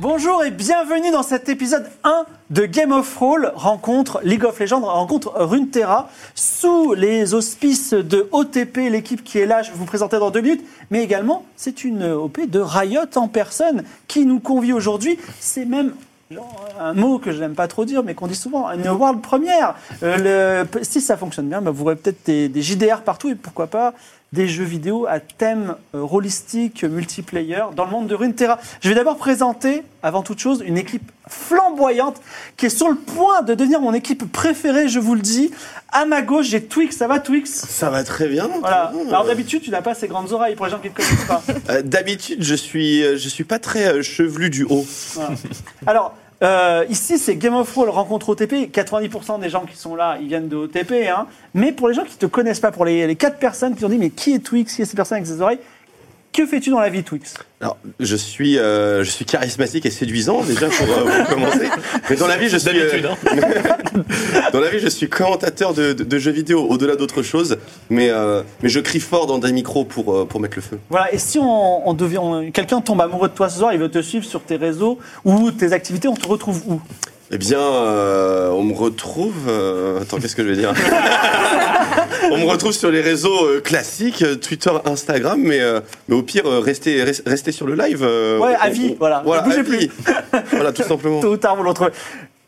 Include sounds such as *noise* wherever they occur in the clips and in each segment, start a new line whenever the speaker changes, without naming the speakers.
Bonjour et bienvenue dans cet épisode 1 de Game of Roll, rencontre League of Legends, rencontre Runeterra, sous les auspices de OTP, l'équipe qui est là, je vais vous présenter dans deux minutes, mais également c'est une OP de Riot en personne qui nous convie aujourd'hui, c'est même genre, un mot que je n'aime pas trop dire, mais qu'on dit souvent, une world première. Euh, le- si ça fonctionne bien, bah, vous aurez peut-être des, des JDR partout et pourquoi pas des jeux vidéo à thème euh, rôlistique euh, multiplayer dans le monde de Runeterra. Je vais d'abord présenter, avant toute chose, une équipe flamboyante qui est sur le point de devenir mon équipe préférée, je vous le dis. À ma gauche, j'ai Twix, ça va Twix
Ça va très bien.
voilà.
très bien.
Alors d'habitude, tu n'as pas ces grandes oreilles pour les gens qui ne te connaissent pas.
Euh, D'habitude, je suis, euh, je suis pas très euh, chevelu du haut.
Voilà. Alors, euh, ici, c'est Game of Roll rencontre OTP. 90% des gens qui sont là, ils viennent de OTP. hein. Mais pour les gens qui ne te connaissent pas, pour les, les 4 personnes qui ont dit Mais qui est Twix Qui est cette personne avec ses oreilles Que fais-tu dans la vie, Twix
Alors, je suis, euh, je suis charismatique et séduisant déjà pour, euh, pour commencer. Mais dans la vie, je suis
D'habitude,
euh, *laughs* dans la vie, je suis commentateur de, de- de jeux vidéo au-delà d'autres choses. Mais euh, mais je crie fort dans des micros pour euh, pour mettre le feu.
Voilà. Et si on, on devient, on- quelqu'un tombe amoureux de toi ce soir, il veut te suivre sur tes réseaux ou tes activités, on te retrouve où
Eh bien, euh, on me retrouve. euh, attends, qu'est-ce que je vais dire *laughs* On me retrouve sur les réseaux euh, classiques, euh, Twitter, Instagram, mais euh, mais au pire, euh, restez res- restez sur le live. euh,
Ouais, à
on-
vie,
on-
voilà.
voilà
Bougez
à
plus.
vie. *laughs* voilà, tout simplement.
Tôt ou tard, vous le retrouvez.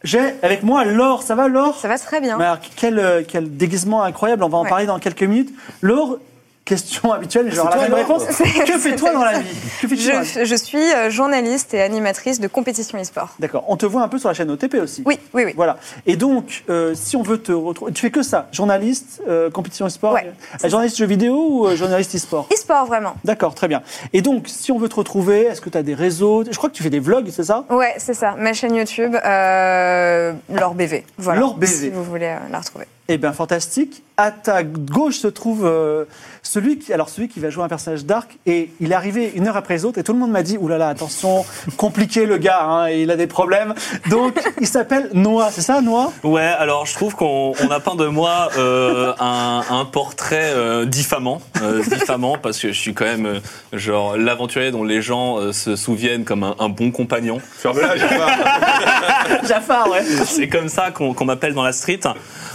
J'ai avec moi Laure. Ça va, Laure
Ça va très bien.
Mais alors, quel, euh, quel déguisement incroyable, on va en
Ouais.
parler dans quelques minutes. Laure, question habituelle, mais je vais avoir
Ah, C'est
la même
toi, Laure
réponse.
*laughs*
Que fais-toi dans la vie Que fais-tu dans la vie
Je, je suis euh, journaliste et animatrice de compétition e-sport.
D'accord, on te voit un peu sur la chaîne OTP aussi.
Oui, oui, oui.
Voilà. Et donc, euh, si on veut te retrouver. Tu fais que ça Journaliste, euh, compétition e-sport
Ouais,
euh, Journaliste jeux vidéo ou euh, journaliste e-sport
E-sport, vraiment.
D'accord, très bien. Et donc, si on veut te retrouver, est-ce que tu as des réseaux Je crois que tu fais des vlogs, c'est ça
Ouais, c'est ça. Ma chaîne YouTube, euh, Laure BV. Voilà.
Laure BV.
Si vous voulez euh, la retrouver.
Eh bien, fantastique. À ta gauche se trouve euh, celui qui, alors celui qui va jouer un personnage dark. Et il est arrivé une heure après les autres et tout le monde m'a dit, oulala, attention, *laughs* compliqué le gars, hein, et il a des problèmes. Donc, il s'appelle Noah, c'est ça, Noah
Ouais, alors je trouve qu'on on a peint de moi euh, un, un portrait euh, diffamant, euh, diffamant parce que je suis quand même euh, genre l'aventurier dont les gens euh, se souviennent comme un, un bon compagnon.
Ferme-la, j'ai pas.
Jafar, ouais.
C'est comme ça qu'on qu'on m'appelle dans la street.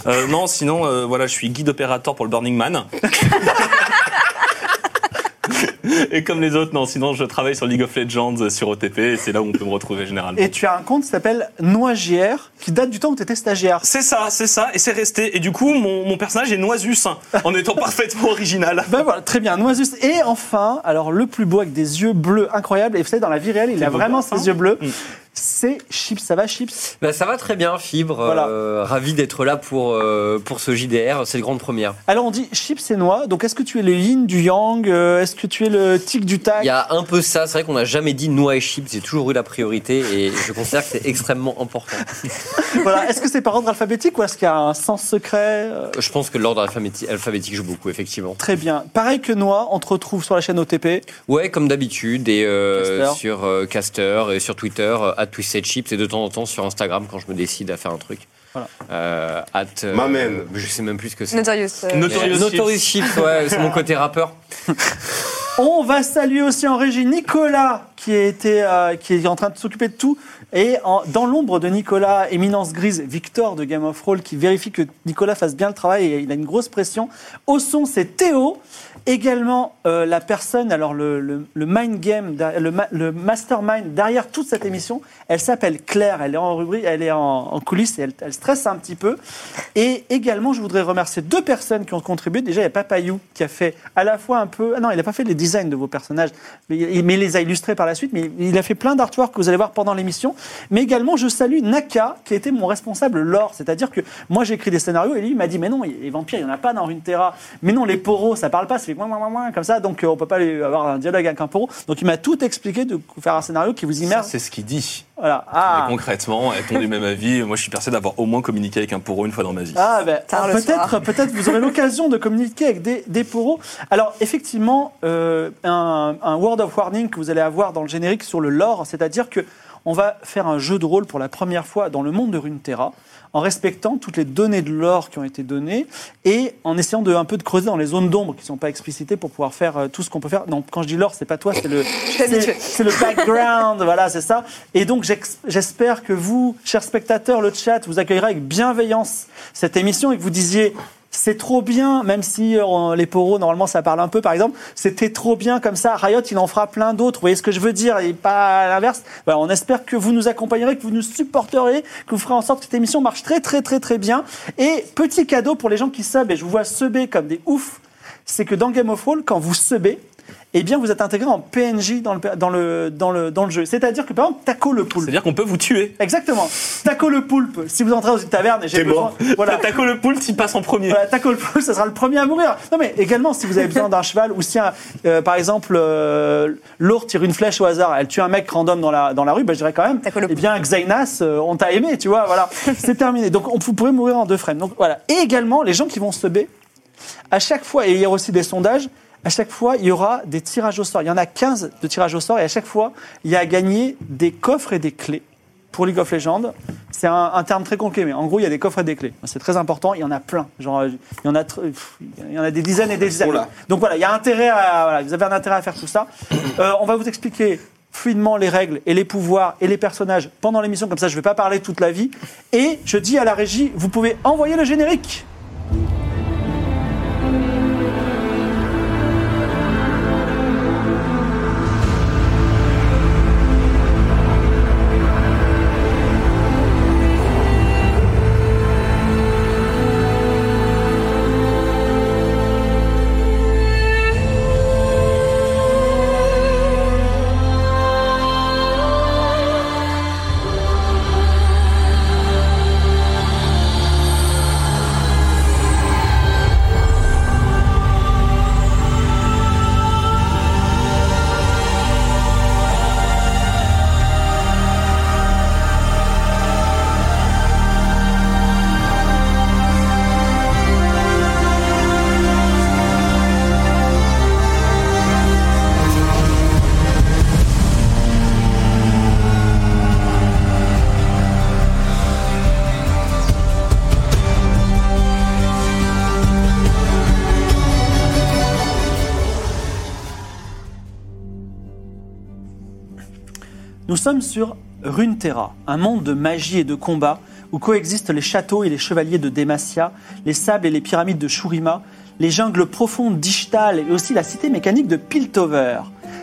Euh, non, sinon euh, voilà, je suis guide opérateur pour le Burning Man. Et comme les autres, non, sinon je travaille sur League of Legends, euh, sur OTP, et c'est là où on peut me retrouver généralement.
Et tu as un compte qui s'appelle NoahJR, qui date du temps où tu étais stagiaire.
C'est ça, c'est ça, et c'est resté. Et du coup, mon, mon personnage est Noisus, hein, en étant parfaitement original.
Ben voilà, très bien, Noisus. Et enfin, alors le plus beau avec des yeux bleus incroyables, et vous savez, dans la vie réelle, il a
beau
vraiment
gosse, hein.
ses yeux bleus,
Mm.
c'est Chips, ça va Chips
Bah, ça va très bien, Fibre.
Voilà.
Euh, ravi d'être là pour, euh, pour ce JDR, cette grande première.
Alors on dit Chips et Noah, donc est-ce que tu es le yin du yang euh, Est-ce que tu es le tic du tac
Il y a un peu ça, c'est vrai qu'on n'a jamais dit noix et chips, j'ai toujours eu la priorité et je considère que c'est extrêmement important.
*laughs*
Euh,
Voilà. Est-ce que c'est par ordre alphabétique ou est-ce qu'il y a un sens secret Euh,
Je pense que l'ordre alphabéti- alphabétique joue beaucoup, effectivement.
Très bien. Pareil que Noah, on te retrouve sur la chaîne OTP.
Ouais, comme d'habitude, et euh,
Caster.
sur euh, Caster et sur Twitter, à Twisted Chips, et de temps en temps sur Instagram quand je me décide à faire un truc.
Voilà.
Euh, at, euh,
Mamen.
Je sais même plus ce que c'est.
Notorious. euh,
Notorious.
Euh, Notorious Chips, ouais, c'est mon côté rappeur.
On va saluer aussi en régie Nicolas qui, a été, euh, qui est en train de s'occuper de tout. Et en- dans l'ombre de Nicolas, éminence grise, Victor de Game of Roll qui vérifie que Nicolas fasse bien le travail et il a une grosse pression. Au son, c'est Théo. Également, euh, la personne, alors le, le- le mind game, derrière- le, ma- le mastermind derrière toute cette émission, elle s'appelle Claire. Elle est en rubrique, elle est en, en coulisses et elle, elle stresse un petit peu. Et également, je voudrais remercier deux personnes qui ont contribué. Déjà, il y a Papayou qui a fait à la fois un peu. ah non, il n'a pas fait les designs de vos personnages, mais il, mais il les a illustrés par la suite. Mais il a fait plein d'artworks que vous allez voir pendant l'émission. Mais également, je salue Naka qui a été mon responsable lore. C'est-à-dire que moi, j'ai écrit des scénarios et lui, il m'a dit Mais non, les vampires, il n'y en a pas dans Runeterra. Mais non, les poros, ça parle pas. Ça fait ouin, ouin, ouin, ouin, comme ça, donc euh, on peut pas lui- avoir un dialogue avec un poro. Donc il m'a tout expliqué de faire un scénario qui vous
Ça,
immerge.
c'est ce qu'il dit.
voilà.
Mais
Ah,
concrètement,
*laughs*
est-on du même avis Moi, je suis persuadé d'avoir au moins communiqué avec un poro une fois dans ma vie.
Ah, ben,
Tard
*laughs*
le
peut-être
soir.
peut vous aurez l'occasion de communiquer avec des, des poros. Alors, effectivement, euh, un, un word of warning que vous allez avoir dans le générique sur le lore, c'est-à-dire que on va faire un jeu de rôle pour la première fois dans le monde de Runeterra, en respectant toutes les données de lore qui ont été données et en essayant de un peu de creuser dans les zones d'ombre qui ne sont pas explicitées pour pouvoir faire euh, tout ce qu'on peut faire. Non, quand je dis lore, c'est pas toi,
*laughs*
c'est le
habituée.
c'est c'est le background, voilà, c'est ça. Et donc j'ex- j'espère que vous, chers spectateurs, le chat vous accueillera avec bienveillance cette émission et que vous disiez c'est trop bien, même si euh, les poros, normalement, ça parle un peu, par exemple. C'était trop bien comme ça. Riot, il en fera plein d'autres. Vous voyez ce que je veux dire Et pas à l'inverse. Voilà, on espère que vous nous accompagnerez, que vous nous supporterez, que vous ferez en sorte que cette émission marche très, très, très, très bien. Et petit cadeau pour les gens qui sub, et je vous vois subber comme des oufs, c'est que dans Game of Thrones, quand vous subez, eh bien, vous êtes intégré en PNJ dans le, dans le, dans le, dans le jeu. C'est-à-dire que, par exemple, Taco le poulpe.
C'est-à-dire qu'on peut vous tuer.
Exactement. Taco le poulpe. Si vous entrez dans une taverne et j'ai
T'es
besoin.
*laughs*
Voilà.
Taco le poulpe, il passe en premier.
Voilà, taco le poulpe, ça sera le premier à mourir. Non, mais également, si vous avez besoin d'un cheval ou si, un- euh, par exemple, euh, l'or tire une flèche au hasard, elle tue un mec random dans la, dans la rue, bah, je dirais quand même,
Taco le
eh bien, Xainas, euh, on t'a aimé, tu vois,
*laughs*
voilà. C'est terminé. Donc, on, vous pouvez mourir en deux frames. Donc, voilà. Et également, les gens qui vont se b à chaque fois, et il y aura aussi des sondages, à chaque fois, il y aura des tirages au sort. Il y en a 15 de tirages au sort, et à chaque fois, il y a à gagner des coffres et des clés pour League of Legends. C'est un, un terme très concret, mais en gros, il y a des coffres et des clés. C'est très important, il y en a plein. Genre, euh, il y en a, tr- pff, il y en a des dizaines et des dizaines.
Oula.
Donc voilà, il y a intérêt à, voilà, vous avez un intérêt à faire tout ça. Euh, on va vous expliquer fluidement les règles et les pouvoirs et les personnages pendant l'émission, comme ça je ne vais pas parler toute la vie. Et je dis à la régie, vous pouvez envoyer le générique. Nous sommes sur Runeterra, un monde de magie et de combat où coexistent les châteaux et les chevaliers de Demacia, les sables et les pyramides de Shurima, les jungles profondes d'Ishtal et aussi la cité mécanique de Piltover.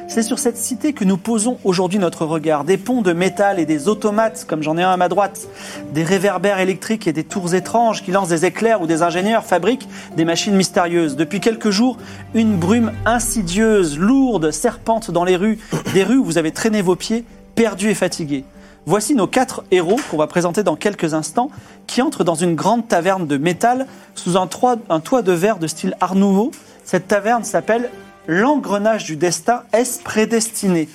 C'est sur cette cité que nous posons aujourd'hui notre regard. Des ponts de métal et des automates, comme j'en ai un à ma droite, des réverbères électriques et des tours étranges qui lancent des éclairs où des ingénieurs fabriquent des machines mystérieuses. Depuis quelques jours, une brume insidieuse, lourde, serpente dans les rues, des rues où vous avez traîné vos pieds perdus et fatigués. Voici nos quatre héros qu'on va présenter dans quelques instants, qui entrent dans une grande taverne de métal sous un, troi- un toit de verre de style Art Nouveau. Cette taverne s'appelle l'engrenage du destin. Est-ce prédestiné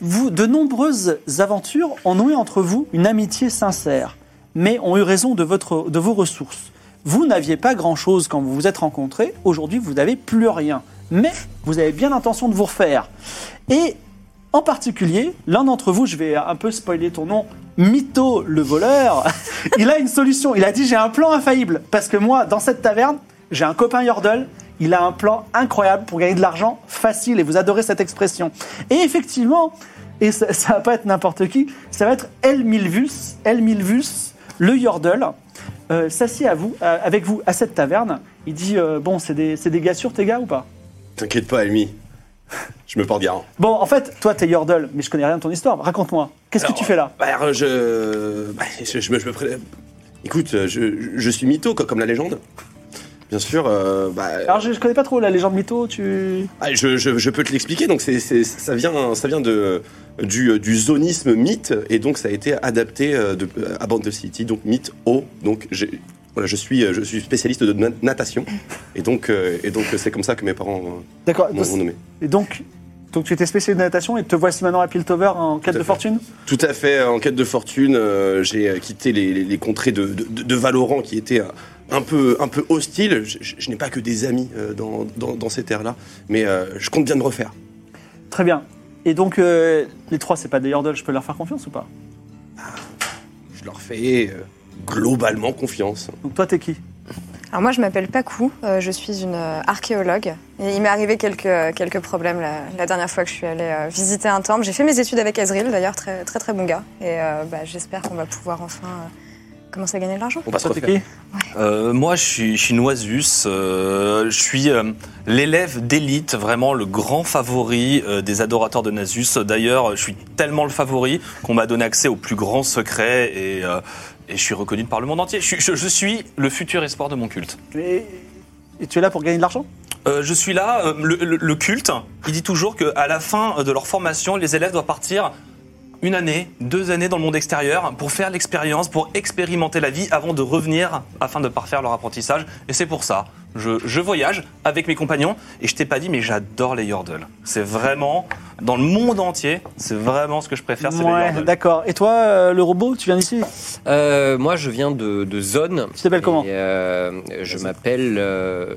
vous, de nombreuses aventures ont noué entre vous une amitié sincère, mais ont eu raison de, votre, de vos ressources. Vous n'aviez pas grand-chose quand vous vous êtes rencontrés, aujourd'hui vous n'avez plus rien, mais vous avez bien l'intention de vous refaire. Et en particulier, l'un d'entre vous, je vais un peu spoiler ton nom, Mito le voleur, *laughs* il a une solution, il a dit j'ai un plan infaillible, parce que moi, dans cette taverne, j'ai un copain Yordle, il a un plan incroyable pour gagner de l'argent facile et vous adorez cette expression. Et effectivement, et ça, *laughs* ça va pas être n'importe qui, ça va être El Milvus, El Milvus, le Yordle, euh, s'assied à vous, à- avec vous à cette taverne. Il dit euh, bon, c'est des, c'est des gars sûrs tes gars ou pas
*laughs* T'inquiète pas, Almi. Je me porte garant.
Bon, en fait, toi t'es Yordle, mais je connais rien de ton histoire. Raconte-moi, qu'est-ce que
Alors,
tu fais là
Bah, alors, je... bah, je, je me, je me pré- Écoute, euh, je, je suis mytho, co- comme la légende. Bien sûr, euh, bah,
Alors je, je connais pas trop la légende Mito, tu
ah, je, je- je peux te l'expliquer. Donc, c'est, c'est- ça vient, ça vient de, du, du zonisme mythe, et donc ça a été adapté euh, de, à Band of City, donc mythe O. Donc, j'ai Voilà, je suis, euh, je suis spécialiste de na- natation. Et donc, euh, et donc, euh, c'est comme ça que mes parents euh,
D'accord.
m'ont m'ont nommé.
Et donc, donc tu étais spécialiste de natation et te voici maintenant à Piltover en quête de
à fait.
fortune
Tout à fait, euh, en quête de fortune, euh, j'ai euh, quitté les, les- les contrées de, de- de- de Valorant qui étaient euh, un peu, un peu hostiles. Je, je- je n'ai pas que des amis euh, dans, dans- dans ces terres-là, mais euh, je compte bien de refaire.
Très bien. Et donc, euh, les trois, c'est pas des Yordles, je peux leur faire confiance ou pas
Je leur fais euh, globalement confiance.
Donc toi, t'es qui
Alors moi, je m'appelle Pakou, euh, je suis une euh, archéologue. Et il m'est arrivé quelques, euh, quelques problèmes la, la dernière fois que je suis allée euh, visiter un temple. J'ai fait mes études avec Azril, d'ailleurs, très, très très bon gars. Et euh, bah, j'espère qu'on va pouvoir enfin euh, commencer à gagner de l'argent.
On va se
Toi, t'es
refaire.
qui
Euh, moi, je suis, je suis Noisus. euh, je suis euh, l'élève d'élite, vraiment le grand favori euh, des adorateurs de Nasus. D'ailleurs, je suis tellement le favori qu'on m'a donné accès aux plus grands secrets et, euh, et je suis reconnu par le monde entier. Je, suis- je- je suis le futur espoir de mon culte.
et, et tu es là pour gagner de l'argent
Euh, je suis là. euh, le, le- le culte, il dit toujours qu'à la fin de leur formation, les élèves doivent partir une année, deux années dans le monde extérieur pour faire l'expérience, pour expérimenter la vie avant de revenir afin de parfaire leur apprentissage. Et c'est pour ça, je, je voyage avec mes compagnons et je t'ai pas dit, mais j'adore les yordles. C'est vraiment, dans le monde entier, c'est vraiment ce que je préfère, c'est les
Ouais,
yordles.
d'accord. Et toi, euh, le robot, tu viens d'ici
Euh, moi, je viens de, de Zone.
Tu t'appelles
Et,
comment
euh, Je m'appelle euh,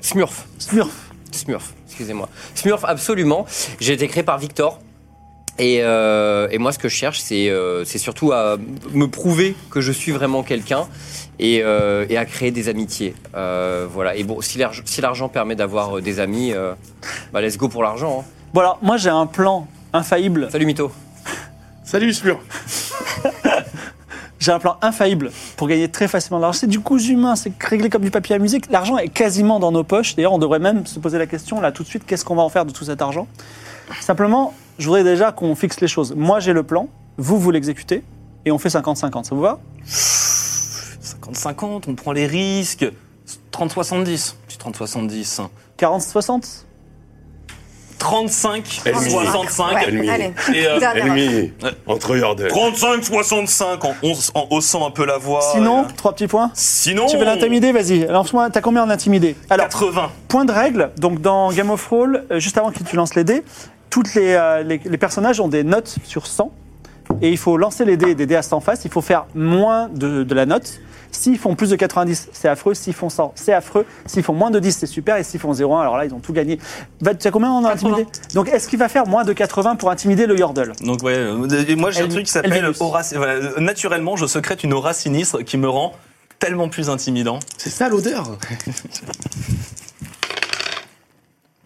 Smurf.
Smurf.
Smurf, excusez-moi. Smurf, absolument. J'ai été créé par Victor. Et, euh, et moi, ce que je cherche, c'est euh, c'est surtout à me prouver que je suis vraiment quelqu'un et, euh, et à créer des amitiés. Euh, voilà. Et bon, si l'arg- si l'argent permet d'avoir euh, des amis, euh, bah, let's go pour l'argent. hein.
Bon, alors, moi, j'ai un plan infaillible.
Salut, Mito.
Salut, Smur
J'ai un plan infaillible pour gagner très facilement de l'argent. C'est du coût humain, c'est réglé comme du papier à musique. L'argent est quasiment dans nos poches. D'ailleurs, on devrait même se poser la question, là, tout de suite, qu'est-ce qu'on va en faire de tout cet argent Simplement, je voudrais déjà qu'on fixe les choses. Moi, j'ai le plan, vous, vous l'exécutez, et on fait 50-50. Ça vous va
50-50, on prend les risques. 30-70, petit 30-70.
40-60
Ennemi.
35-65.
Ennemi.
Ouais, allez,
Et
*laughs*
euh,
Ah,
dernière.
Ennemi,
Ouais.
entre Yordles.
35-65 en, hauss- en haussant un peu la voix.
Sinon,
Et, euh,
trois petits points.
sinon
Tu veux l'intimider Vas-y. Alors, moi, t'as combien en intimidé Alors,
80.
Point de règle, donc dans Game of Roll, euh, juste avant que tu lances les dés, toutes les, euh, les- les personnages ont des notes sur 100. Et il faut lancer les dés, des dés à 100 faces, il faut faire moins de, de la note. S'ils font plus de 90, c'est affreux. S'ils font 100, c'est affreux. S'ils font moins de 10, c'est super. Et s'ils font 0,1, alors là, ils ont tout gagné. Va- Tu as combien en intimidé Donc, est-ce qu'il va faire moins de 80 pour intimider le Yordle
Donc ouais, euh, et moi j'ai un
Elle-
truc qui
elle
s'appelle
minus.
aura. voilà, euh, naturellement, je secrète une aura sinistre qui me rend tellement plus intimidant.
C'est ça
*laughs*
l'odeur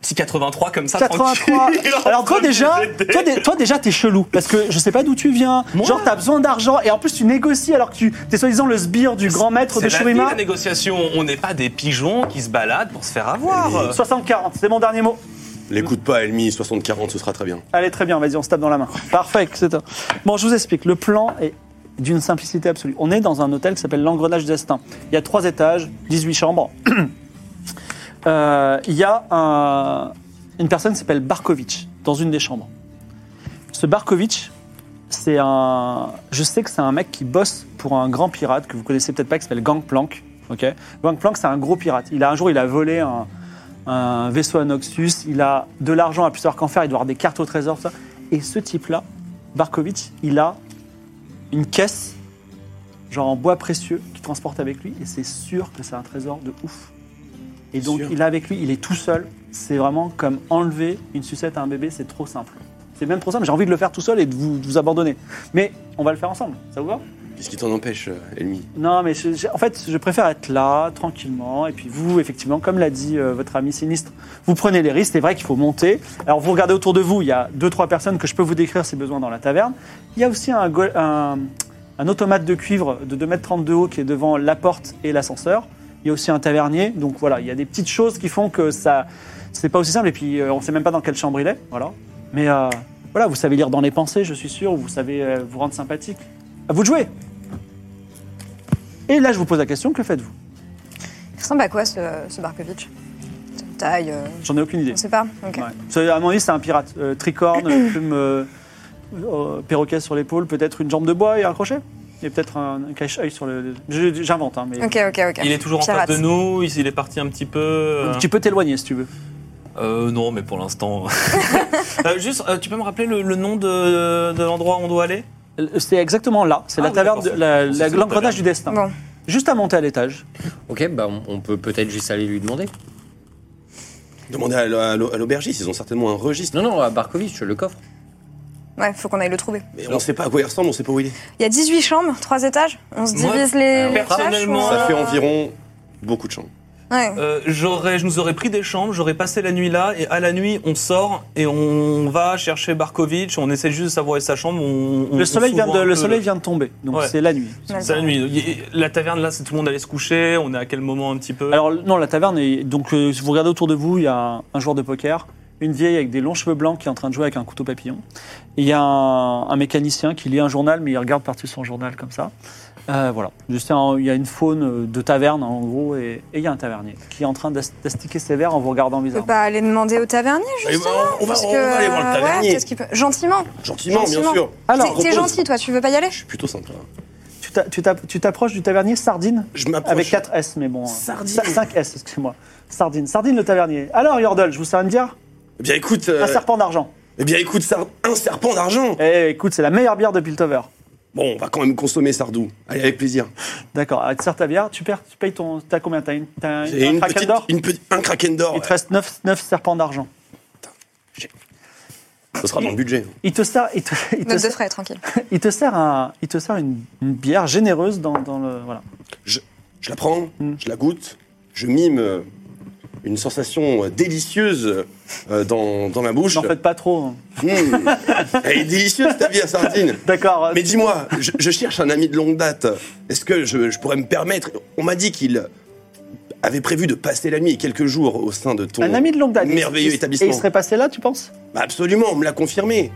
Petit 83 comme ça. *laughs*
83.
tranquille,
Alors toi
entre
déjà,
les dés.
toi, dé- toi déjà t'es chelou parce que je sais pas d'où tu viens.
Moi
Genre t'as besoin d'argent et en plus tu négocies alors que tu t'es soi-disant le sbire du grand maître
C'est
de
la vie,
Shurima.
la négociation, on n'est pas des pigeons qui se baladent pour se faire avoir.
60-40, c'est mon dernier mot.
L'écoute pas, Ennemi, 60-40, ce sera très bien.
Allez, très bien, vas-y, on se tape dans la main. Parfait, c'est top. Bon, je vous explique. Le plan est d'une simplicité absolue. On est dans un hôtel qui s'appelle l'Engrenage du Destin. Il y a trois étages, 18 chambres. *clears throat* Euh, il y a un- une personne qui s'appelle Barkovitch dans une des chambres. Ce Barkovitch, c'est un. Je sais que c'est un mec qui bosse pour un grand pirate que vous connaissez peut-être pas, qui s'appelle Gangplank. Ok. Gangplank, c'est un gros pirate. Il a un jour, il a volé un, un vaisseau à Noxus, il a de l'argent à plus savoir qu'en faire, il doit avoir des cartes au trésor, tout ça. Et ce type-là, Barkovitch, il a une caisse, genre en bois précieux, qu'il transporte avec lui, et c'est sûr que c'est un trésor de ouf. Et donc,
Sûr.
il a avec lui, il est tout seul. C'est vraiment comme enlever une sucette à un bébé, c'est trop simple. C'est même trop simple, j'ai envie de le faire tout seul et de vous, de vous abandonner. Mais on va le faire ensemble, ça vous va
Qu'est-ce qui t'en empêche, euh, Ennemi
non, mais je- je- en fait, je préfère être là, tranquillement. Et puis vous, effectivement, comme l'a dit euh, votre ami sinistre, vous prenez les risques. C'est vrai qu'il faut monter. Alors vous regardez autour de vous, il y a deux, trois personnes que je peux vous décrire si besoin dans la taverne. Il y a aussi un, go- un, un automate de cuivre de 2,30 m de haut qui est devant la porte et l'ascenseur. Il y a aussi un tavernier. Donc voilà, il y a des petites choses qui font que ça, c'est pas aussi simple. Et puis euh, on sait même pas dans quelle chambre il est. Voilà. Mais euh, voilà, vous savez lire dans les pensées, je suis sûr. Vous savez euh, vous rendre sympathique. À vous de jouer. Et là, je vous pose la question, que faites-vous
Il ressemble à quoi ce, ce Barkovitch C'est une taille, euh,
J'en ai aucune idée.
on sait pas. Ok.
Ouais. C'est- À mon avis, c'est un pirate.
*laughs*
Euh, tricorne, plume, euh, euh, perroquet sur l'épaule, peut-être une jambe de bois et un crochet Il y a peut-être un, un cache-œil sur le. je- J'invente, hein, mais.
Ok, ok, ok.
Il est toujours en face
Pirate.
de nous, il il est parti un petit peu. euh,
Tu peux t'éloigner si tu veux.
Euh, non, mais pour l'instant. *laughs* Euh, juste, euh, tu peux me rappeler le, le nom de, de l'endroit où on doit aller
C'est exactement là. C'est
Ah
la
oui,
taverne, de-
d'accord.
la-
C'est
la-
ça,
l'engrenage
taverne.
du destin.
Bon,
Juste à monter à l'étage.
Ok, bah on- on peut peut-être juste aller lui demander.
Demandez à, l'au- à l'au- à l'aubergiste, ils ont certainement un registre.
Non, non, à Barkovitch, le coffre.
ouais, faut qu'on aille le trouver.
Mais on sait pas à quoi il ressemble, on sait pas où il est.
Il y a 18 chambres, 3 étages. On se
Moi,
divise les, les
personnellement,
Euh,
tâches ou-
Ça
euh,
fait environ beaucoup de chambres.
Ouais.
Euh, J'aurais, Je nous aurais pris des chambres, j'aurais passé la nuit là, et à la nuit, on sort et on va chercher Barkovitch, on essaie juste de savoir sa chambre. On, on-
Le
on
soleil,
s'ouvre
vient de,
un
le
peu.
soleil vient de tomber, donc
Ouais.
c'est la nuit.
C'est la nuit. Y- La taverne là, c'est tout le monde allait se coucher, on est à quel moment un petit peu
Alors non, la taverne est... Donc euh, si vous regardez autour de vous, il y a un, un joueur de poker, une vieille avec des longs cheveux blancs qui est en train de jouer avec un couteau papillon. Et Il y a un, un mécanicien qui lit un journal, mais il regarde partie de son journal comme ça. Euh, voilà. Juste un- il y a une faune euh, de taverne en gros, et, et il y a un tavernier qui est en train d'as- d'astiquer ses verres en vous regardant
On peut
bizarrement.
pas aller demander au tavernier, justement
on va,
parce
on
que,
va aller voir
euh,
le
ouais,
tavernier.
peut-être qu'il peut- Gentiment.
gentiment, bien
gentiment.
sûr.
Alors,
T'es- T'es
propose.
gentil, toi, tu veux pas y aller
Je suis plutôt sympa.
Tu t'a- tu t'a- tu t'approches du tavernier Sardine
Je m'approche.
avec 4 S, mais bon.
Sardine.
5 S, excusez-moi. Sardine. Sardine le tavernier. Alors, Yordle, je vous sers une bière
Eh bien écoute, euh,
Un serpent d'argent.
eh bien écoute, sar- un serpent d'argent.
Eh, écoute, c'est la meilleure bière de Piltover.
Bon, on va quand même consommer Sardou. Allez, avec plaisir.
D'accord, tu sers ta bière, tu, perds, tu payes ton. T'as combien T'as une, t'as
J'ai
un
une
kraken
petite,
d'or
une petite- un kraken d'or.
Il te reste 9, serpents d'argent.
Ce sera dans le budget.
Il te sert, il te, il te
Note de
sert,
frais, tranquille.
il te sert, un- il te sert une, une bière généreuse dans, dans le. Voilà.
Je, je la prends,
Mm.
je la goûte, je mime euh, une sensation euh, délicieuse euh, dans, dans ma bouche.
N'en faites pas trop.
Mm. Elle est délicieuse ta vie à sardine.
D'accord.
Mais dis-moi, je, je cherche un ami de longue date. Est-ce que je, je pourrais me permettre On m'a dit qu'il avait prévu de passer la nuit et quelques jours au sein de ton
un ami de longue date.
merveilleux
Il-
établissement.
Et il serait passé là, tu penses
Bah absolument, on me l'a confirmé.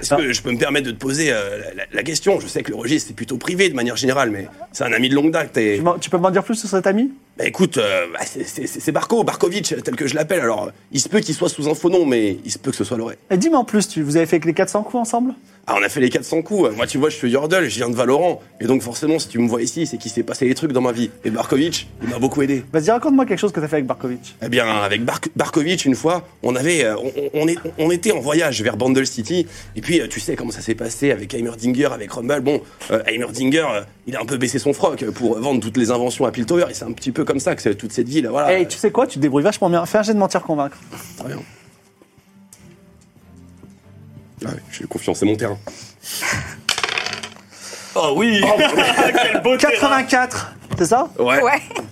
Est-ce
Ah.
que je peux me permettre de te poser euh, la, la- la question Je sais que le registre c'est plutôt privé de manière générale, mais c'est un ami de longue date. Et...
Tu m'en- Tu peux m'en dire plus sur cet ami
Bah écoute, euh, bah, c'est- c'est c'est- c'est Barco, Barkovitch, tel que je l'appelle. Alors, euh, il se peut qu'il soit sous un faux nom, mais il se peut que ce soit le vrai.
Et Eh, Dis-moi en plus, tu, vous avez fait que les 400 coups ensemble
Ah, on a fait les 400 coups. Moi, tu vois, je suis Yordle, je viens de Valorant. Et donc, forcément, si tu me vois ici, c'est qu'il s'est passé des trucs dans ma vie. Et Barkovitch, il m'a beaucoup aidé.
Vas-y, raconte-moi quelque chose que t'as fait avec Barkovitch.
Eh bien, avec Bark- Barkovitch, une fois, on avait, euh, on, on- on est- on était en voyage vers Bandle City. Et puis, euh, tu sais comment ça s'est passé avec Heimerdinger, avec Rumble. Bon, euh, Heimerdinger, euh, il a un peu baissé son froc pour vendre toutes les inventions à Piltover. Et c'est un petit peu comme ça que c'est toute cette ville. Voilà.
Eh, tu sais quoi Tu te débrouilles vachement bien. Fais un jet de mentir convaincre.
Très bien. Ah ouais, j'ai confiance, c'est mon terrain. Ah
Oh oui Quel beau terrain.
84 C'est ça
Ouais.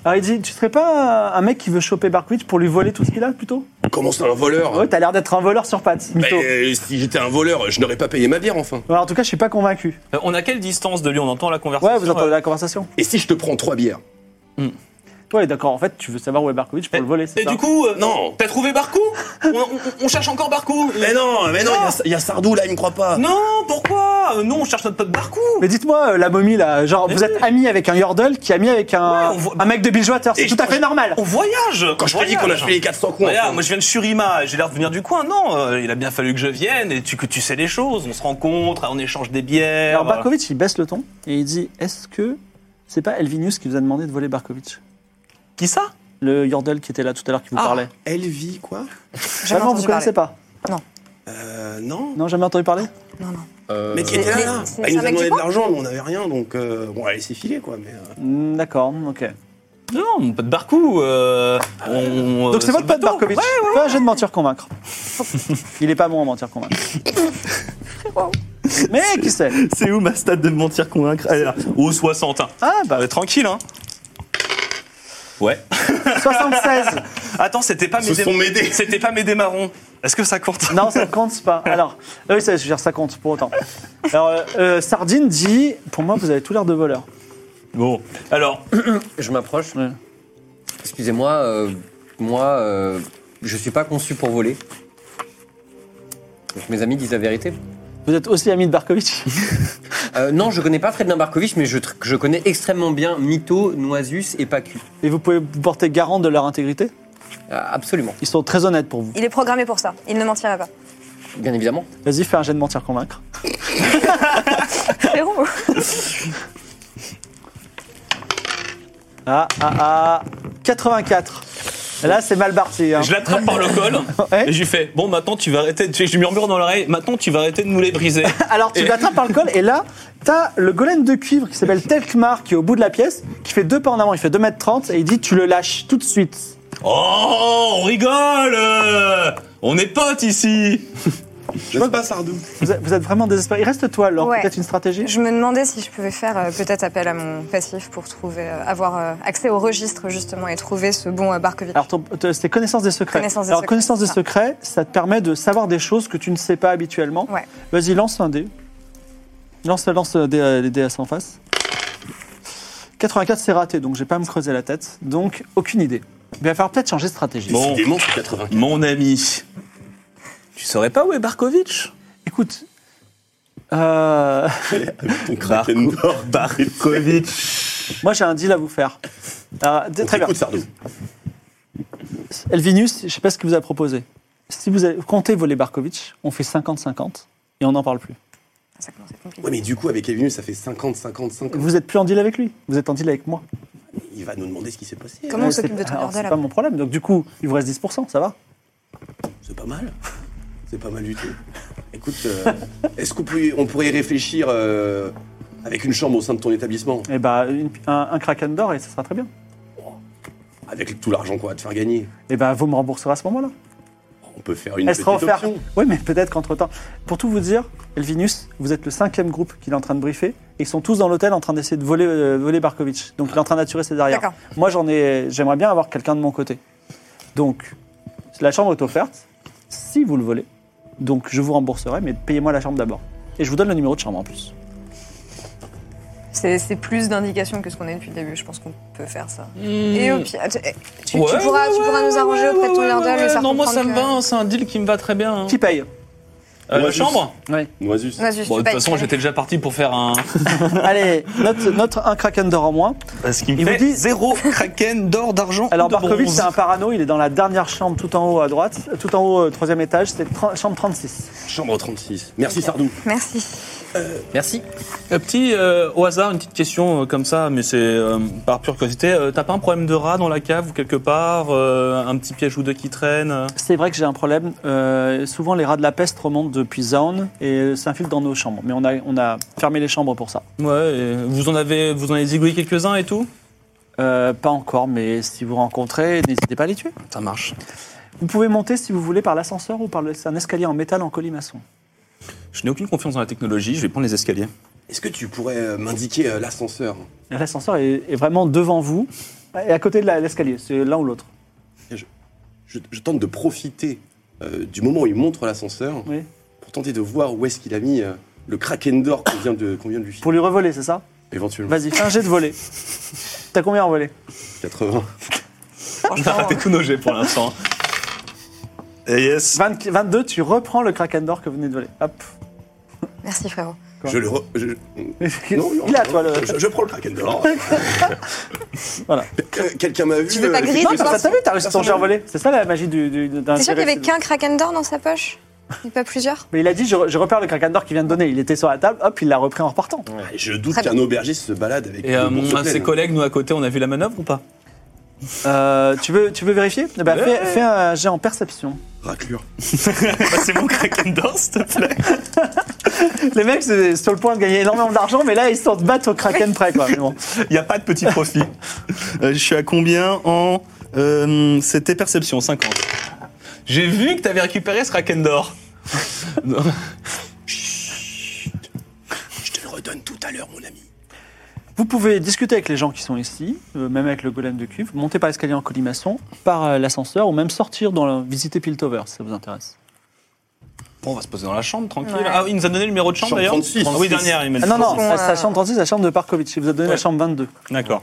Alors il dit, tu serais pas un mec qui veut choper Barkovitch pour lui voler tout ce qu'il a plutôt
Comment c'est un voleur
Ouais, Oh, t'as l'air d'être un voleur sur pattes, mytho.
Mais, euh, si j'étais un voleur, je n'aurais pas payé ma bière enfin.
Ouais, en tout cas, je suis pas convaincu.
Euh, On a quelle distance de lui On entend la conversation euh
Ouais, vous entendez la conversation.
Et si je te prends trois bières
Ouais, d'accord. En fait, tu veux savoir où est Barkovitch pour
Et-
le voler, c'est
Et
ça
du coup, euh,
Non.
T'as trouvé Barcou on, on- on cherche encore Barcou
Mais non, mais non, il y a- il y, a Sardou là, il me croit pas.
Non, pourquoi Euh, Non, on cherche notre pote Barcou
Mais dites-moi, euh, la momie là, genre,
Mais
vous êtes ami avec un Yordle qui est ami avec un,
Ouais, on voit-
un mec de Bilgewater, c'est
Et
tout
je-
à fait normal.
On voyage
Quand je te dis qu'on a fait les 400 coups,
Regarde,
enfin.
moi je viens de Shurima, j'ai l'air de venir du coin. Non, euh, il a bien fallu que je vienne et tu, que tu sais les choses. On se rencontre, on échange des bières.
Alors Barkovitch, il baisse le ton et il dit, est-ce que c'est pas Elvinus qui vous a demandé de voler Barkovitch
Qui ça
Le Yordle qui était là tout à l'heure qui vous
Ah.
parlait.
elle vit quoi
Jamais
Vraiment, vous
entendu parler.
connaissez pas
Euh, non.
Non, jamais entendu parler
Non, non.
Euh,
Mais qui était
Mais
là, là.
c'est-
Bah, Il nous
c'est
a
un mec
demandé
du
de
coin
l'argent, mais on avait rien, donc euh, bon, allez, c'est filé quoi. Mais, euh,
Mm, D'accord, ok.
Non, mon pote Barcou. euh, on-
Donc c'est
euh,
votre
sur le
pote
bateau.
Barkovitch. Fais un jet de mentir
*laughs*
convaincre. Il est pas bon en mentir convaincre. Mais qui sait
C'est où ma stat de mentir convaincre Elle est là. Au 60. hein.
Ah bah
Euh, tranquille, hein Ouais.
76
Attends, c'était pas mes
Se sont
dé-
m'aider.
C'était pas mes démarrons. Est-ce que ça compte
Non, ça compte pas. Alors, euh, oui, ça, je veux dire, ça compte pour autant. Alors, euh, euh, Sardine dit Pour moi, vous avez tout l'air de voleurs.
Bon. Alors,
Je m'approche.
Ouais.
Excusez-moi, euh, moi, euh, je suis pas conçu pour voler. Donc mes amis disent la vérité.
Vous êtes aussi ami de Barkovitch
Euh, non, je connais pas Fred Barkovitch, mais je, tr- je connais extrêmement bien Mito, Noisus et Pacu.
et vous pouvez vous porter garant de leur intégrité
Euh, absolument,
Ils sont très honnêtes pour vous.
Il est programmé pour ça. Il ne mentira pas.
bien évidemment.
Vas-y, fais un jet de mentir convaincre.
Espérons.
Ah, ah, ah. 84. Là, c'est mal parti. hein. Eh,
Je l'attrape par le col
*laughs* Ouais.
et je lui fais Bon, maintenant tu vas arrêter. de- Je lui murmure dans l'oreille Maintenant tu vas arrêter de nous les briser.
Alors, tu
Et-
l'attrapes par le col et là, t'as le golem de cuivre qui s'appelle Telkmar qui est au bout de la pièce, qui fait deux pas en avant, il fait 2m30 et il dit Tu le lâches tout de suite.
Oh, on rigole euh, On est potes ici
Je sais pas, Sardou.
Vous êtes, vous êtes vraiment désespéré. Il reste toi, alors
Ouais.
peut-être une stratégie
Je me demandais si je pouvais faire euh, peut-être appel à mon passif pour trouver, euh, avoir euh, accès au registre justement et trouver ce bon euh, Barkovitch.
Alors, ton- t- c'est connaissance des secrets.
Connaissance des
alors,
secrets,
connaissance des
c'est ça.
secrets, ça te permet de savoir des choses que tu ne sais pas habituellement.
Ouais.
Vas-y, lance un dé. Lance, lance euh, des, euh, les dés à en face. 84, c'est raté, donc j'ai pas à me creuser la tête. Donc, aucune idée. Mais il va falloir peut-être changer de stratégie.
Bon,
Des monstres 80.
mon ami, tu saurais pas où est Barkovitch
Écoute. euh, *laughs*
Ton kraken d'or.
Barkovitch
Moi, j'ai un deal à vous faire. Alors, d- très bien.
Écoute, Sardou.
Elvinus, je sais pas ce qu'il vous a proposé. Si vous avez- comptez voler Barkovitch, on fait 50-50 et on n'en parle plus.
ah, Ça commence à être compliqué.
Ouais, mais du coup, avec Evinus, ça fait 50, 50, 50.
Vous êtes plus en deal avec lui. Vous êtes en deal avec moi.
Il va nous demander ce qui s'est passé.
Comment on
Euh, c'est-
s'occupe de tout
alors,
bordel
C'est pas
après
mon problème. Donc, du coup, il vous reste 10%, ça va
C'est pas mal. *laughs* C'est pas mal du tout. Écoute, euh, est-ce qu'on peut- on pourrait y réfléchir euh, avec une chambre au sein de ton établissement
Eh bah, une- un, un kraken d'or et ça sera très bien.
Avec tout l'argent qu'on va te faire gagner.
Eh ben, vous me rembourserez à ce moment-là.
On peut faire une
Elle
petite
sera offerte.
option.
Oui, mais peut-être qu'entre-temps. Pour tout vous dire, Elvinus, vous êtes le cinquième groupe qu'il est en train de briefer. Et ils sont tous dans l'hôtel en train d'essayer de voler, euh, voler Barkovitch. Donc, il est en train d'assurer ses arrières.
D'accord.
Moi, j'en ai, j'aimerais bien avoir quelqu'un de mon côté. Donc, la chambre est offerte si vous le volez. Donc, je vous rembourserai, mais payez-moi la chambre d'abord. Et je vous donne le numéro de chambre en plus.
C'est c'est plus d'indications que ce qu'on a depuis le début. Je pense qu'on peut faire ça. Et au pire, *laughs* tu, eh, tu- tu
Hmm. Ouais,
pourras, tu
ouais,
pourras nous
ouais,
arranger
ouais,
auprès de ton
ouais,
lordel.
ouais,
lui faire
Non, moi ça
comprendre
me
que-
va, hein, c'est un deal qui me va très bien. hein.
Qui paye
Euh, la
Moi, je-
chambre
Oui.
Noisus.
Vas-y,
Bon, de
tu
toute
payes.
façon, j'étais déjà parti pour faire un.
Allez, notre, notre un kraken d'or en moins.
Parce qu'il
Il vous dit-
zéro kraken d'or, d'argent.
Alors,
ou de
Barkovitch,
bronze.
c'est un parano. Il est dans la dernière chambre tout en haut à droite, euh, tout en haut, euh, troisième étage. C'est tr- chambre 36.
Chambre 36. Merci Sardou.
*laughs*
Merci.
Merci.
Un petit, euh, au hasard, une petite question euh, comme ça, mais c'est euh, par pure curiosité. Euh, T'as pas un problème de rat dans la cave ou quelque part euh, Un petit piège ou deux qui traîne euh
C'est vrai que j'ai un problème. Euh, souvent, les rats de la peste remontent depuis Zaun et s'infiltrent dans nos chambres. Mais on a, on a fermé les chambres pour ça.
Ouais, et vous en avez, vous en avez zigouillé quelques-uns et tout
Euh, pas encore, mais si vous rencontrez, n'hésitez pas à les tuer.
Ça marche.
Vous pouvez monter si vous voulez par l'ascenseur ou par le- c'est un escalier en métal en colimaçon.
Je n'ai aucune confiance dans la technologie, je vais prendre les escaliers.
Est-ce que tu pourrais euh, m'indiquer euh, l'ascenseur
L'ascenseur est, est vraiment devant vous et à côté de la- l'escalier, c'est l'un ou l'autre.
je, je tente de profiter euh, du moment où il montre l'ascenseur
Oui.
pour tenter de voir où est-ce qu'il a mis euh, le kraken d'or qu'on vient, de- qu'on vient de lui
Pour
filer.
lui revoler, c'est ça
Éventuellement.
Vas-y, fais un jet de *laughs* voler. T'as combien en volée
80.
*laughs* On a raté tous nos jets pour l'instant. Et
*laughs*
yes
20 22, tu reprends le kraken d'or que vous venez de voler. Hop.
Merci, frérot.
Ah,
Je le re- je-
*laughs*
Non, non,
Il a toi le.
je, je prends le kraken d'or.
*laughs* Voilà.
Que- Quelqu'un m'a vu.
Tu veux pas
euh,
griller,
Non,
tu
t'as
penses
t'as vu, t'as réussi ton jet en volée. C'est ça la magie du. du- d'un
T'es sûr qu'il y avait
pirate.
qu'un kraken d'or dans sa poche Et pas plusieurs
Mais il a dit, je, je repère le kraken d'or qu'il vient de donner. Il était sur la table, hop, il l'a repris en repartant.
Ah, Je doute
Très
qu'un aubergiste se balade avec
Et euh,
une bourse
mon- ses
pleine.
collègues, nous à côté, on a vu la manœuvre ou pas
Euh, tu, veux, tu veux vérifier Eh ben,
Ouais.
fais, fais un jet en perception.
hein. Raclure.
Bah, C'est mon kraken d'or, s'il te plaît.
Les mecs, c'est sur le point de gagner énormément d'argent, mais là, ils sont de battre au kraken près, quoi. Mais bon.
Il n'y a pas de petit profit. *laughs* Euh, je suis à combien en. euh, C'était perception, 50. J'ai vu que tu avais récupéré ce Kraken d'or. Non.
Je te le redonne tout à l'heure, mon ami.
Vous pouvez discuter avec les gens qui sont ici, euh, même avec le golem de cuve, monter par l'escalier en colimaçon, par euh, l'ascenseur, ou même sortir dans la, visiter Piltover, si ça vous intéresse.
Bon, on va se poser dans la chambre, tranquille.
Ouais.
Ah, il nous a donné le numéro de chambre,
Chambre
d'ailleurs
36.
Ah Oui, dernière, il m'a dit.
Ah non, non,
Bon,
la, la
euh,
chambre 36, la chambre de Parkovitch. Il vous a donné la
Ouais.
chambre 22.
D'accord.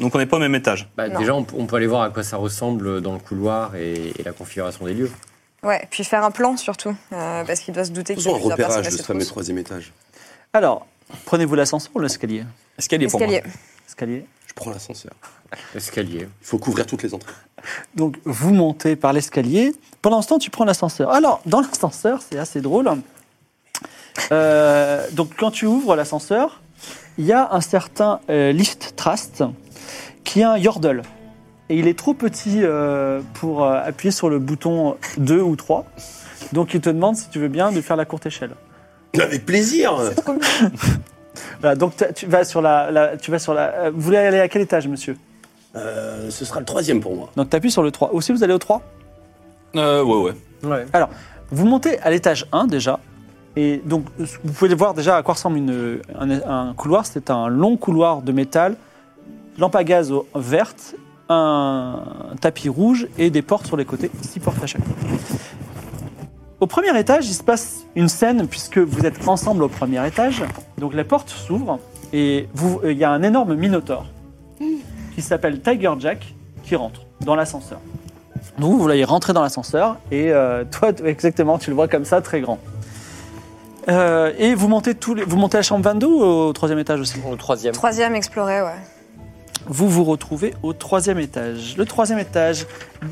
Donc on n'est pas au même étage.
Bah,
Non.
déjà, on, on peut aller voir à quoi ça ressemble dans le couloir et, et la configuration des lieux.
Ouais, puis faire un plan surtout. euh, parce qu'il doit se douter qu'il y
Faisons
a
un
plusieurs personnes
repérage
à
de ce
cette
fameux
course.
troisième étage.
Alors, prenez-vous l'ascenseur ou l'escalier
Escalier pour moi.
Escalier.
Escalier.
Je prends l'ascenseur.
Escalier.
Il faut couvrir toutes les entrées. *laughs*
Donc, vous montez par l'escalier. Pendant ce temps, tu prends l'ascenseur. Alors, dans l'ascenseur, c'est assez drôle. Euh, donc quand tu ouvres l'ascenseur, il y a un certain euh, Lift Trust qui a un yordle. Et il est trop petit euh, pour euh, appuyer sur le bouton 2 ou 3. Donc il te demande si tu veux bien de faire la courte échelle.
Avec plaisir
Voilà, donc t'as- tu vas sur la, la- tu vas sur la euh, vous voulez aller à quel étage monsieur
Euh, Ce sera le troisième pour moi.
Donc tu appuies sur le 3. Ou si vous allez au 3
Euh, ouais, ouais.
Ouais.
Vous montez à l'étage 1 déjà. Et donc, vous pouvez voir déjà à quoi ressemble une- un, un couloir. C'est un long couloir de métal, lampe à gaz au- verte, un tapis rouge et des portes sur les côtés, six portes à chaque fois. Au premier étage, il se passe une scène puisque vous êtes ensemble au premier étage. Donc, les portes s'ouvrent et vous- il y a un énorme minotaure qui s'appelle Tiger Jack qui rentre dans l'ascenseur. Donc vous voulez rentrer dans l'ascenseur et euh, toi tu- exactement tu le vois comme ça très grand. Euh, et vous montez tous les- vous montez à la chambre 22 ou au troisième étage aussi.
Au troisième.
Troisième exploré, ouais.
Vous vous retrouvez au troisième étage. Le troisième étage,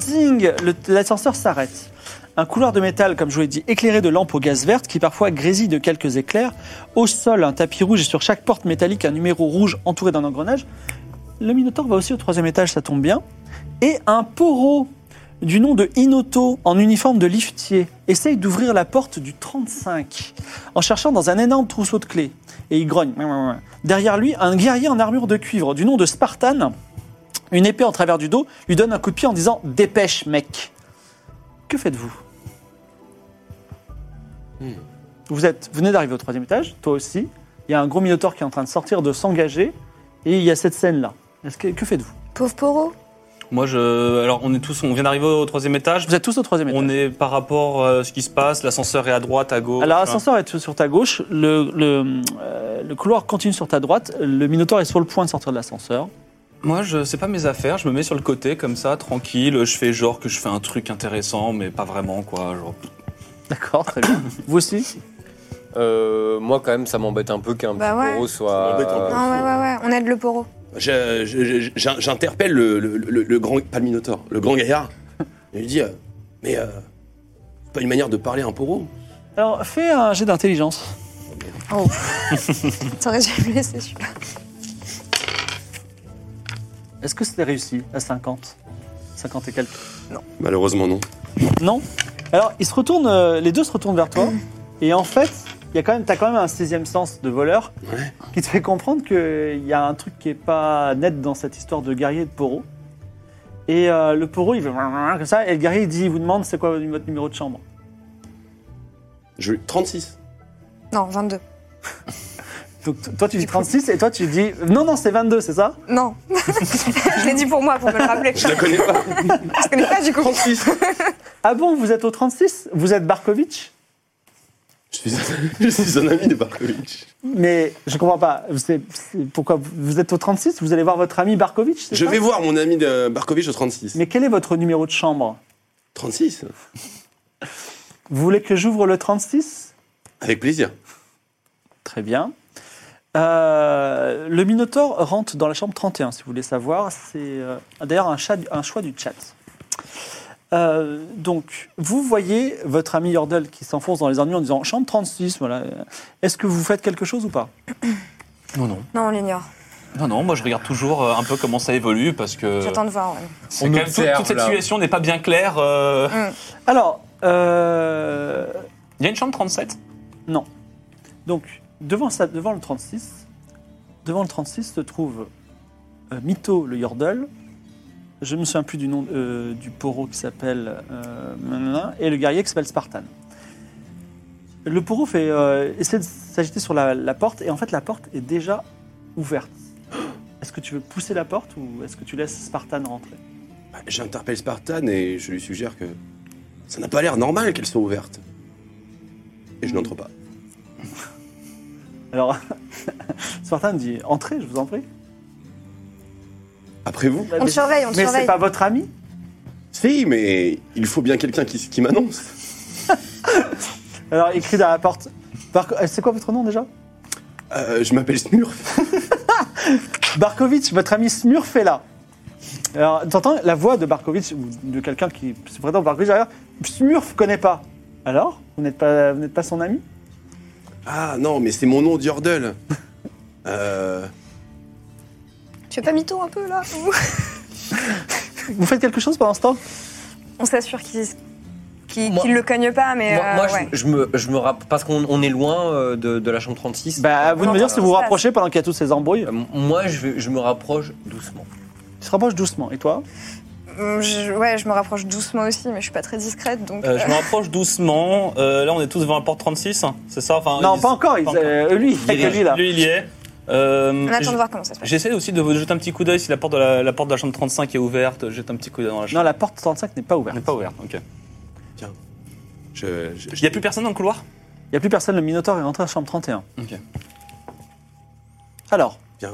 ding, le- l'ascenseur s'arrête. Un couloir de métal, comme je vous l'ai dit, éclairé de lampes au gaz verte qui parfois grésille de quelques éclairs. Au sol, un tapis rouge et sur chaque porte métallique, un numéro rouge entouré d'un engrenage. Le Minotaur va aussi au troisième étage, ça tombe bien. Et un poro du nom de Inoto en uniforme de liftier essaye d'ouvrir la porte du 35 en cherchant dans un énorme trousseau de clés. Et il grogne. Derrière lui, un guerrier en armure de cuivre du nom de Spartan, une épée en travers du dos, lui donne un coup de pied en disant Dépêche, mec Que faites-vous Vous êtes, vous venez d'arriver au troisième étage, toi aussi. Il y a un gros minotaure qui est en train de sortir, de s'engager, et il y a cette scène-là. Est-ce Que, que faites-vous
Pauvre Poro.
Moi, je. Alors, on est tous. On vient d'arriver au troisième étage.
Vous êtes tous au troisième étage.
On est par rapport à ce qui se passe. L'ascenseur est à droite, à gauche.
Alors l'ascenseur est sur ta gauche, le, le, euh, le couloir continue sur ta droite, le minotaure est sur le point de sortir de l'ascenseur.
Moi, je sais pas mes affaires. Je me mets sur le côté comme ça, tranquille. Je fais genre que je fais un truc intéressant, mais pas vraiment quoi. Genre.
D'accord, très bien. *coughs* vous aussi
Euh, moi, quand même, ça m'embête un peu qu'un
Bah
petit
ouais.
gros soit.
Ça m'embête un peu.
Ah ouais, ouais, ouais, on aide le Poro.
Je- je- je- j'in- J'interpelle le, le- le- le grand, pas le Minotaure, le grand gaillard. Et lui dis, euh, mais euh, c'est pas une manière de parler à un poro.
Alors fais un jet d'intelligence.
Oh. T'aurais dû me laisser celui-là.
Est-ce que c'était réussi à 50 50 et quelques
Malheureusement non.
Non Alors, ils se retournent, euh, les deux se retournent vers toi, et en fait, il y a quand même, t'as quand même un sixième sens de voleur
Ouais.
qui te fait comprendre qu'il y a un truc qui est pas net dans cette histoire de guerrier et de poro. Et euh, le poro, il fait comme ça, et le guerrier, il dit, il vous demande c'est quoi votre numéro de chambre.
Je, 36.
Non, 22.
Donc t- toi, tu dis 36, et toi, tu dis, non, non, c'est 22, c'est ça
Non. *laughs* je l'ai dit pour moi, pour me le rappeler.
Je la connais pas.
Je connais pas du coup.
36.
Ah bon, vous êtes au 36 Vous êtes Barkovitch
Je suis, *laughs* je suis un ami de Barkovitch.
Mais je comprends pas. C'est- c'est- pourquoi vous- vous êtes au 36 Vous allez voir votre ami Barkovitch c'est
Je
ça
vais voir mon ami de Barkovitch au 36.
Mais quel est votre numéro de chambre
36
Vous voulez que j'ouvre le 36
Avec plaisir.
Très bien. Euh, le Minotaure rentre dans la chambre 31, si vous voulez savoir. C'est euh, d'ailleurs un, chat- un choix du chat. Euh, donc, vous voyez votre ami Yordle qui s'enfonce dans les ennuis en disant chambre 36, voilà. Est-ce que vous faites quelque chose ou pas
Non, non.
Non, on l'ignore.
Non, non. Moi, je regarde toujours euh, un peu comment ça évolue parce que.
J'attends de voir. ouais.
On
On
est quand même- toute,
observe,
toute cette
là.
situation n'est pas bien claire. euh.
Alors, euh,
Il y a une chambre 37
donc devant, ça, devant le 36, devant le 36 se trouve euh, Mito le Yordle. Je me souviens plus du nom euh, du poro qui s'appelle euh, nanana, et le guerrier qui s'appelle Spartan. Le poro fait euh, essaie de s'agiter sur la, la porte et en fait la porte est déjà ouverte. Est-ce que tu veux pousser la porte ou est-ce que tu laisses Spartan rentrer
Bah, J'interpelle Spartan et je lui suggère que ça n'a pas l'air normal qu'elle soit ouverte. Et je n'entre pas.
Alors *laughs* Spartan dit entrez, je vous en prie.
Après vous
On te surveille, on te
Mais c'est
surveille.
pas votre ami
Si, mais il faut bien quelqu'un qui, qui m'annonce.
Alors, il crie dans la porte. Barco- euh, C'est quoi votre nom déjà
Euh, je m'appelle Smurf.
Barkovitch, votre ami Smurf est là. Alors, t'entends la voix de Barkovitch ou de quelqu'un qui se prétend Barkovitch derrière Smurf connaît pas. Alors Vous n'êtes pas, vous n'êtes pas son ami
Ah non, mais c'est mon nom d'Yordle. Euh,
Tu es pas mytho un peu là
Vous faites quelque chose pendant ce temps
On s'assure qu'ils qu'ils
Moi-
qu'ils le cognent pas, mais
Moi,
euh,
moi, je-
ouais.
je, me, je me rapp- parce qu'on on est loin euh, de, de la chambre 36.
Bah, vous de me dire si vous vous rapprochez pendant qu'il y a toutes ces embrouilles.
Euh, Moi, je, vais- je me rapproche doucement.
Tu te rapproches doucement. Et toi
Hum, je- ouais, je me rapproche doucement aussi, mais je suis pas très discrète, donc.
Euh, je
euh,
me rapproche doucement. Euh, là, on est tous devant la porte 36, hein, c'est ça Enfin,
Non,
ils-
pas encore. ils- euh, lui, il y a que lui là.
Lui, il y est.
On
Euh,
attend
j-
de voir comment ça se passe.
J'essaie aussi de vous jeter un petit coup d'œil si la porte de la, la porte de la chambre 35 est ouverte. Jette un petit coup d'œil dans la
Non,
chambre.
la porte 35 n'est pas ouverte.
Elle n'est pas ouverte, ok.
je, je-
Il n'y a plus personne dans le couloir
Il n'y a plus personne. Le Minotaur est rentré à la chambre 31.
Ok.
Alors,
Bien,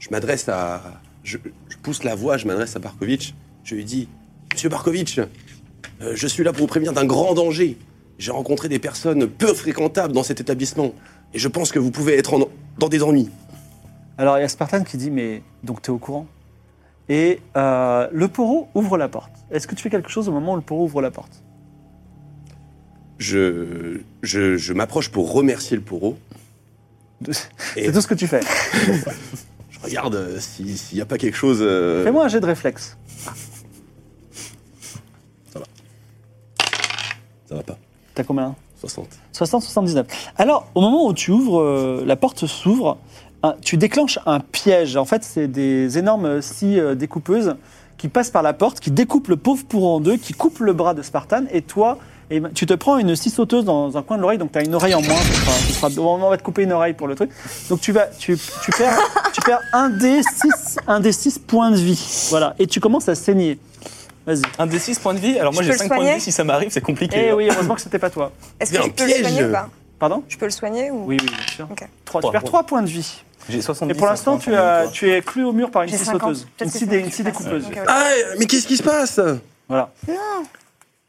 je m'adresse à. Je, je pousse la voix, je m'adresse à Barkovitch. Je lui dis Monsieur Barkovitch, euh, je suis là pour vous prévenir d'un grand danger. J'ai rencontré des personnes peu fréquentables dans cet établissement. Et je pense que vous pouvez être en- dans des ennuis.
Alors il y a Spartan qui dit mais donc t'es au courant Et euh, le poro ouvre la porte. Est-ce que tu fais quelque chose au moment où le poro ouvre la porte
Je, je, je m'approche pour remercier le poro. Et-
C'est tout ce que tu fais.
Je regarde euh, si- s'il n'y a pas quelque chose. euh,
Fais-moi un jet de réflexe.
Ça va pas.
T'as combien
60.
60-79. Alors au moment où tu ouvres, euh, la porte s'ouvre, un- tu déclenches un piège. En fait c'est des énormes scies euh, découpeuses qui passent par la porte, qui découpent le pauvre poro en deux, qui coupent le bras de Spartan et toi... Et ben, tu te prends une scie sauteuse dans un coin de l'oreille, donc tu as une oreille en moins. ce sera- ce sera- on va te couper une oreille pour le truc. Donc tu vas, tu, tu perds, tu perds un des six, un des six points de vie. Voilà. Et tu commences à saigner. Vas-y.
Un des 6 points de vie. Alors moi,
Je
j'ai
peux le
5 points de
soigner
vie. Si ça m'arrive, c'est compliqué.
Eh oui, heureusement que c'était pas toi.
Est-ce
Il y a
que je
un
peux
piège.
le soigner ou pas
Pardon
Je peux le soigner ou
Oui, oui, bien sûr.
Ok.
Trois- tu
Trois.
perds trois points de vie.
J'ai 70.
Et pour l'instant, tu, as- tu es cloué au mur par une
J'ai
scie
50.
sauteuse,
Peut-être
une
que
scie,
c'est
dé-
ça
une scie
qui passe.
découpeuse.
Ok, ouais.
Ah, mais qu'est-ce qui se passe
Voilà.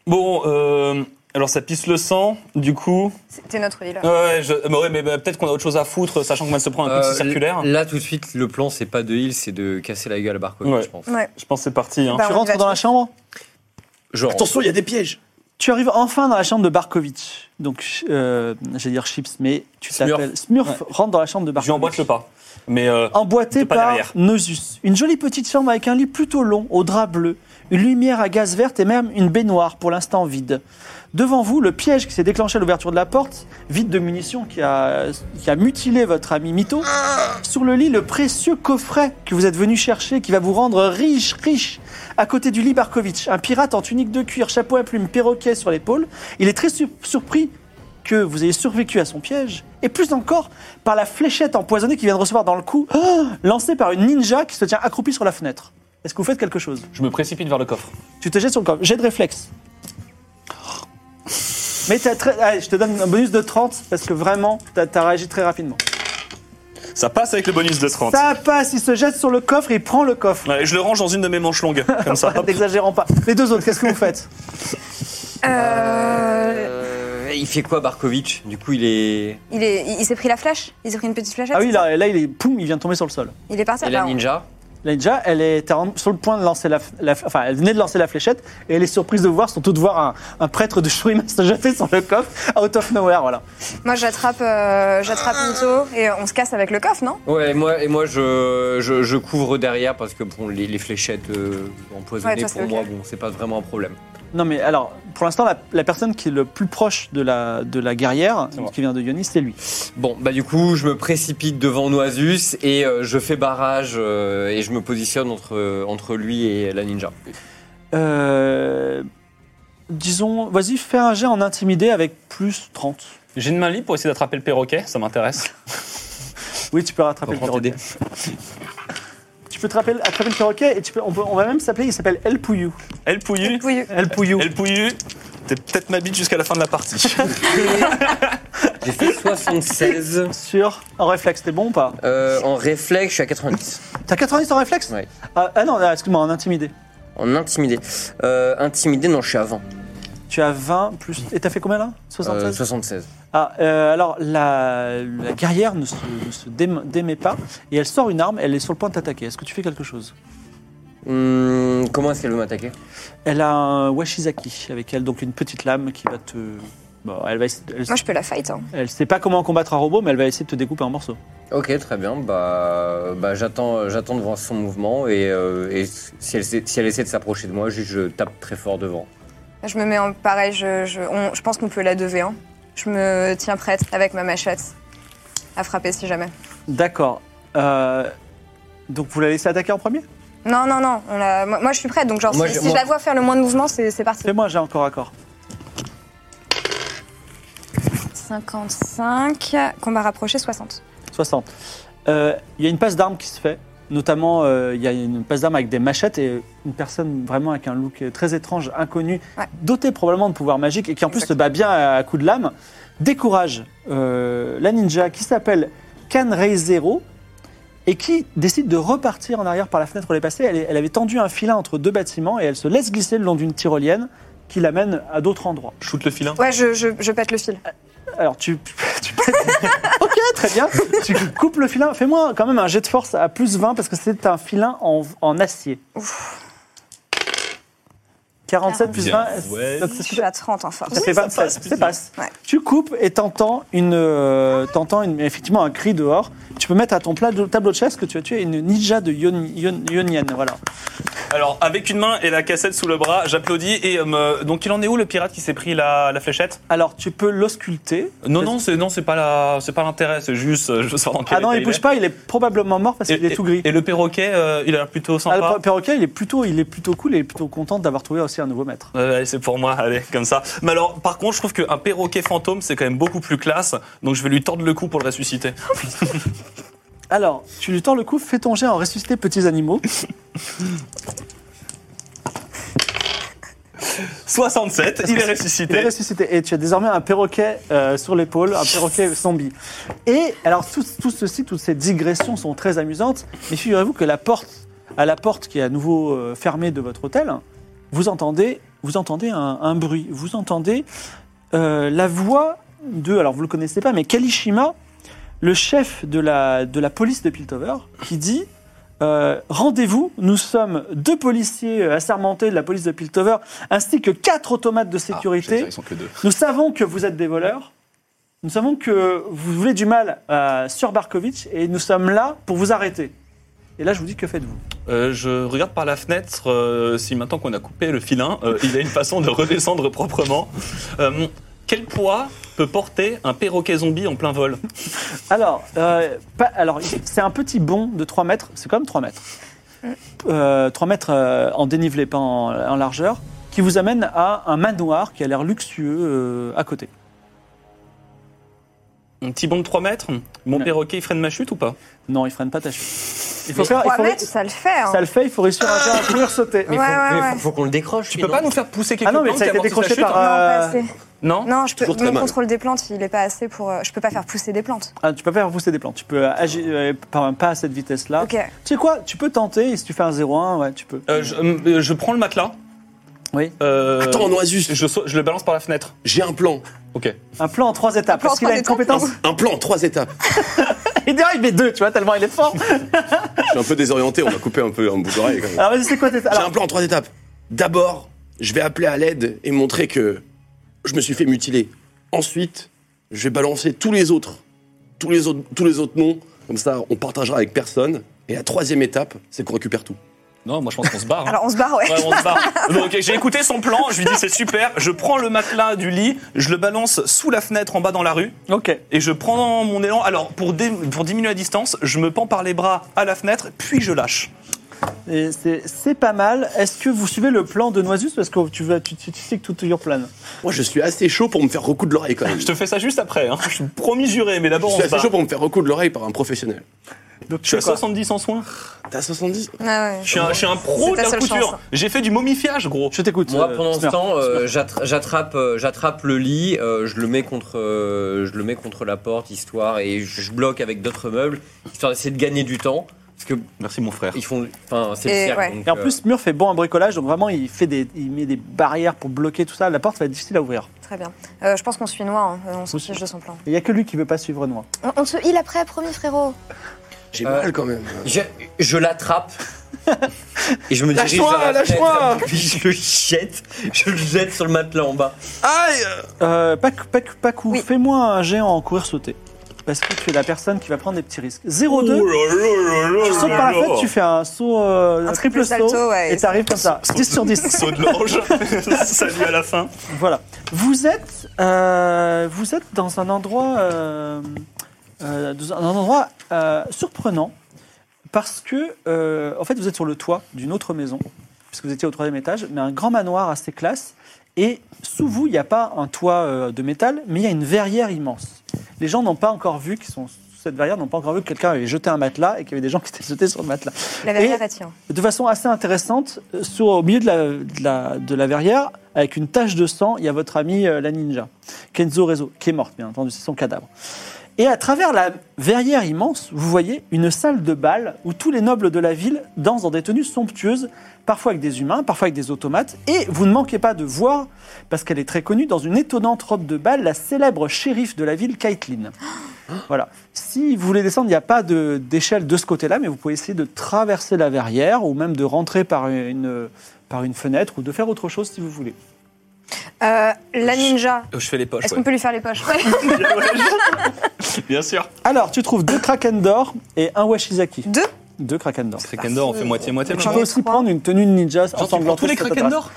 Bon, euh, alors ça pisse le sang, du coup.
C'était notre île.
Ouais, je- bah ouais, mais bah, peut-être qu'on a autre chose à foutre, sachant qu'on va se prendre un coup de scie
Euh,
circulaire.
Là, tout de suite, le plan, c'est pas de heal, c'est de casser la gueule à Barco,
Ouais.
je pense.
Ouais.
Je pense que c'est parti. Hein.
Bah,
Tu
on
rentres
va
dans la chambre.
Genre,
Attention, il y a des pièges.
Tu arrives enfin dans la chambre de Barkovitch. Donc, euh, j'allais dire Chips, mais tu
Smurf.
t'appelles Smurf. Rentre dans la chambre de
Je lui
Barkovitch.
emboîte le pas. Mais euh,
emboîté
De pas
par
derrière.
Nosus. Une jolie petite chambre avec un lit plutôt long, au drap bleu, une lumière à gaz verte et même une baignoire pour l'instant vide. Devant vous, le piège qui s'est déclenché à l'ouverture de la porte, vide de munitions qui a, qui a mutilé votre ami Mito. Sur le lit, le précieux coffret que vous êtes venu chercher qui va vous rendre riche, riche. À côté du lit Barkovitch, un pirate en tunique de cuir, chapeau à plumes, perroquet sur l'épaule. Il est très sur- surpris que vous ayez survécu à son piège, et plus encore par la fléchette empoisonnée qu'il vient de recevoir dans le cou, *gasps* ah, lancée par une ninja qui se tient accroupie sur la fenêtre. Est-ce que vous faites quelque chose
je me précipite vers le coffre.
Tu te jettes sur le corps. J'ai de réflexe. Mais t'as très- allez, je te donne un bonus de 30 parce que vraiment, t'as as réagi très rapidement.
Ça passe avec le bonus de 30.
Ça passe, il se jette sur le coffre et il prend le coffre.
Ouais, je le range dans une de mes manches longues, comme
Ah, *laughs*
ça. Hop.
N'exagérons pas. Les deux autres, qu'est-ce que vous faites
Euh,
euh, il fait quoi, Barkovitch Du coup, il est.
Il est- il il s'est pris la flèche Il s'est pris une petite flèchette
Ah oui, là, là, il est poum, il vient de tomber sur le sol.
Il est parti.
Et la
Ah,
ninja
La ninja, elle est en- sur le point de lancer la, f- la f- enfin, elle venait de lancer la fléchette et elle est surprise de vous voir, surtout de voir un, un prêtre de Shurima *laughs* se jeter sur le coffre out of nowhere, voilà.
Moi, j'attrape euh, j'attrape Mito et on se casse avec le coffre, non
Ouais, et moi, et moi je, je, je couvre derrière parce que bon, les, les fléchettes euh, empoisonnées,
Ouais, toi, c'est
pour moi,
ok.
bon, c'est pas vraiment un problème.
Non mais alors, pour l'instant, la, la personne qui est le plus proche de la, de la guerrière,
moi.
qui vient de Yonis, c'est lui.
Bon, bah du coup, je me précipite devant Noisus et euh, je fais barrage euh, et je me positionne entre, euh, entre lui et
*laughs*
la ninja.
Euh, disons, vas-y, fais un jet en intimidé avec plus 30.
J'ai une main libre pour essayer d'attraper le perroquet, ça m'intéresse.
Oui, tu peux rattraper le
Prends tes
perroquet. Tu peux te rappeler- attraper le perroquet et tu peux, on, peut- on va même s'appeler, il s'appelle El Pouillou.
Elle pouillue.
Oui.
El Pouillou.
Elle pouillue. T'es peut-être ma bite jusqu'à la fin de la partie.
J'ai fait 76
Sur, en réflexe, t'es bon ou pas
euh, en réflexe, je suis à 90.
T'as 90 en réflexe
Ouais.
ah, ah non, ah, excuse-moi, en intimidé.
En intimidé. Euh, intimidé, non, je suis Euh, à 20.
Tu as 20 plus. Et t'as fait combien là
Euh,
76
76.
Ah, euh, alors la, la guerrière ne se, ne se déme- démet pas et elle sort une arme, elle est sur le point de t'attaquer. Est-ce que tu fais quelque chose
Hum, comment est-ce qu'elle veut m'attaquer
Elle a un Washizaki avec elle, donc une petite lame qui va te Bon, elle va essa- elle,
Moi, je peux la fight. hein.
elle sait pas comment combattre un robot, mais elle va essayer de te découper en morceaux.
Ok, très bien. Bah, bah j'attends, j'attends de voir son mouvement et, euh, et si, elle, essaie- si elle essaie de s'approcher de moi, je, je tape très fort devant.
Je me mets en pareil, je, je, on- je pense qu'on peut la 2v1. Je me tiens prête avec ma machette à frapper si jamais.
D'accord. Euh, donc vous la laissez attaquer en premier
Non, non, non, on la- moi, moi, je suis prête, donc genre
Moi,
si,
je-
si
moi-
je la vois faire le moins de mouvement, c'est c'est parti.
Fais-moi, j'ai encore accord.
55, combat rapproché 60.
60. Euh, Il y a une passe d'armes qui se fait. Notamment, euh, il y a une passe d'armes avec des machettes et une personne vraiment avec un look très étrange, inconnu,
Ouais.
dotée probablement de pouvoirs magiques et qui en plus se bat bien à coups de lame, décourage euh, la ninja qui s'appelle Kanrei Zero et qui décide de repartir en arrière par la fenêtre où elle est passée. Elle, est- elle avait tendu un filin entre deux bâtiments et elle se laisse glisser le long d'une tyrolienne qui l'amène à d'autres endroits.
Shoot le filin.
Ouais, je, je, je pète le fil.
Alors tu, *laughs* tu pètes. ok, très bien. Tu coupes le filin. Fais-moi quand même un jet de force à plus 20 parce que c'est un filin en, en acier. 47 plus
Bien.
20.
Ouais.
donc
Je
ça
suis
fait-
à 30 en force.
ça fait 27. Ça passe.
Ouais.
Tu coupes et t'entends une, euh, t'entends une- effectivement un cri dehors. Tu peux mettre à ton plat de- tableau de chasse que tu as tué une ninja de Yon, Yon- Yonian. Voilà.
Alors, avec une main et la cassette sous le bras, j'applaudis. Et euh, me- donc, il en est où le pirate qui s'est pris la, la fléchette
Alors tu peux l'ausculter.
Non, non, c'est non, c'est pas la, c'est pas l'intérêt. C'est juste, euh, je veux savoir dans quel
Ah non,
état
il bouge pas. Il est probablement mort parce
Et-
qu'il est
et-
tout gris.
Et le perroquet, euh, il a l'air
Ah,
plutôt
le
sympa.
per- perroquet, il est plutôt, il est plutôt cool et il est plutôt content d'avoir trouvé aussi un nouveau maître.
Ouais, ouais, c'est pour moi, allez, comme ça. Mais alors, par contre, je trouve qu'un perroquet fantôme, c'est quand même beaucoup plus classe, donc je vais lui tordre le cou pour le ressusciter.
Alors, tu lui tords le cou, fais ton jet en ressuscité petits
*laughs*
animaux.
67, il est
Il est
ressuscité.
ressuscité et tu as désormais un perroquet euh, sur l'épaule, un perroquet zombie. Et alors, tout, tout ceci, toutes ces digressions sont très amusantes, mais figurez-vous que la porte, à la porte qui est à nouveau euh, fermée de votre hôtel, vous entendez, vous entendez un, un bruit. Vous entendez euh, la voix de, alors vous le connaissez pas, mais Kalishima, le chef de la, de la police de Piltover, qui dit euh, Rendez-vous, nous sommes deux policiers euh, assermentés de la police de Piltover, ainsi que quatre automates
Ah,
de sécurité.
sont que deux.
Nous savons que vous êtes des voleurs. Nous savons que vous voulez du mal euh, sur Barkovitch et nous sommes là pour vous arrêter. Et là, je vous dis que faites-vous
Euh, je regarde par la fenêtre euh, si maintenant qu'on a coupé le filin, euh, il a une façon de redescendre proprement. Euh, quel poids peut porter un perroquet zombie en plein vol
Alors, euh, pas- alors c'est un petit bond de 3 mètres, c'est quand même 3 mètres. Euh, 3 mètres euh, en dénivelé, pas en, en largeur, qui vous amène à un manoir qui a l'air luxueux euh, à côté.
Un petit bond de 3 mètres Mon
Ouais.
perroquet, il freine ma chute ou pas
Non, il freine pas ta chute. Il faut
Mais
faire- il
3
faut-
mètres, ça le fait. hein.
ça le fait, il faut réussir à faire un courir sauter.
Mais
Ouais,
faut,
ouais,
mais
ouais.
faut- faut qu'on le décroche.
Tu peux pas nous faire pousser quelques
Ah non, mais
plantes
ça a été
qui amortissent la
décroché
chute
par. euh,
Non, pas assez.
Non
Non, je peux,
toujours très
mon
mal.
contrôle des plantes, il est pas assez pour. euh, Je peux pas faire pousser des plantes.
ah, tu peux pas faire pousser des plantes, tu peux euh, agir, euh, pas pas à cette vitesse-là.
Ok.
Tu sais quoi Tu peux tenter, et si tu fais un 0-1, ouais, tu peux.
Euh, je, euh, je prends le matelas.
Oui.
Euh,
Attends, Noisus,
je, sau- je le balance par la fenêtre.
j'ai un plan.
Ok.
Un plan en 3 étapes,
plan en
parce qu'il
trois
a une
étapes
compétence.
Un plan en trois étapes.
Et derrière, *laughs* il met 2, tu vois, tellement il est
*laughs*
fort.
Je suis un peu désorienté, on m'a coupé un peu un bout d'oreille quand même.
Alors vas-y, c'est quoi tes.
J'ai
Alors,
un plan en trois étapes. D'abord, je vais appeler à l'aide et montrer que je me suis fait mutiler. Ensuite, je vais balancer tous les autres, tous les autres, tous les autres noms. Comme ça, on partagera avec personne. Et la troisième étape, c'est qu'on récupère tout.
Non, moi je pense qu'on se barre. hein.
Alors on se barre, ouais.
Ouais, on se *laughs* barre. Donc j'ai écouté son plan, je lui dis c'est super, je prends le matelas du lit, je le balance sous la fenêtre en bas dans la rue
ok.
et je prends mon élan. Alors pour, dé- pour diminuer la distance, je me pends par les bras à la fenêtre puis je lâche.
Et C'est c'est pas mal. Est-ce que vous suivez le plan de Noisus Parce que tu, vas- tu, tu- tu sais que tout est your plan.
Moi, je suis assez chaud pour me faire recoudre l'oreille quand même.
Je te fais ça juste après, hein. je suis promis juré, mais
Je
d'abord on
suis
se
assez
barre.
chaud pour me faire recoudre l'oreille par un professionnel.
Donc tu
Je suis
fais
à
quoi
70 en soins.
T'as 70
Ouais, Ah, ouais.
Je suis un, je suis un pro
C'est
de
ta
la
seule
couture.
chance.
J'ai fait du momifiage, gros.
Je t'écoute.
Moi,
euh,
pendant ce
Smer.
temps, euh, j'attra- j'attrape, euh, j'attrape le lit, euh, je le mets contre, euh, je le mets contre la porte, histoire, et je je bloque avec d'autres meubles, histoire d'essayer de gagner du temps, parce que
Merci mon frère.
ils font, enfin, c'est le
Et
cercle.
ouais.
donc,
Et en
euh,
plus, Mur fait bon en bricolage, donc vraiment, il, fait des, il met des barrières pour bloquer tout ça. La porte va être difficile à ouvrir.
Très bien. Euh, je pense qu'on suit noir, hein. Euh, on se
Oui.
fiche de son plan.
Il n'y a que lui qui veut pas suivre Noir.
On, on se heal après, promis frérot.
J'ai
Euh,
mal quand même.
je, je l'attrape, Et je me dirige
Lâche-moi,
vers la fenêtre, *laughs*
lâche-moi
Puis je le jette, je le jette sur le matelas en bas.
Aïe
Euh, Pac- Pac- Pacou,
Oui.
fais-moi un jet en courir sauter. Parce que tu es la personne qui va prendre des petits risques. 0-2, tu sautes par la fenêtre, tu fais un saut, euh,
Un
un triple
triple
saut,
salto, ouais.
et t'arrives comme
*laughs*
ça. 10 sur 10.
Saut de *laughs* l'ange. Salut à la fin.
Voilà. Vous êtes, euh, vous êtes dans un endroit, euh, euh, dans un endroit euh, surprenant parce que, euh, en fait, vous êtes sur le toit d'une autre maison, puisque vous étiez au troisième étage, mais un grand manoir assez classe. Et sous vous, il n'y a pas un toit euh, de métal, mais il y a une verrière immense. Les gens n'ont pas encore vu, qui sont sous cette verrière, n'ont pas encore vu que quelqu'un avait jeté un matelas et qu'il y avait des gens qui étaient jetés sur le matelas
La hein. verrière attire.
de façon assez intéressante, euh, sur, au milieu de la, de, la, de la verrière, avec une tache de sang, il y a votre ami euh, la ninja, Kenzo Rezo, qui est morte, bien entendu, c'est son cadavre. Et à travers la verrière immense, vous voyez une salle de bal où tous les nobles de la ville dansent dans des tenues somptueuses, parfois avec des humains, parfois avec des automates. Et vous ne manquez pas de voir, parce qu'elle est très connue, dans une étonnante robe de bal, la célèbre shérif de la ville, Caitlin. Voilà. Si vous voulez descendre, il n'y a pas de- d'échelle de, ce côté-là, mais vous pouvez essayer de traverser la verrière ou même de rentrer par une, par une fenêtre ou de faire autre chose si vous voulez.
Euh, la ninja.
Je fais les poches.
Est-ce qu'on peut lui faire les poches
Bien sûr.
Alors, tu trouves deux Kraken d'or et un Washizaki.
*laughs* Deux
Deux Kraken d'or.
Kraken d'or, on fait moitié-moitié.
Tu peux aussi
trois.
prendre une tenue de ninja
J'entends
ensanglantée,
tous les
ça
Kraken
t'intéresse.
d'or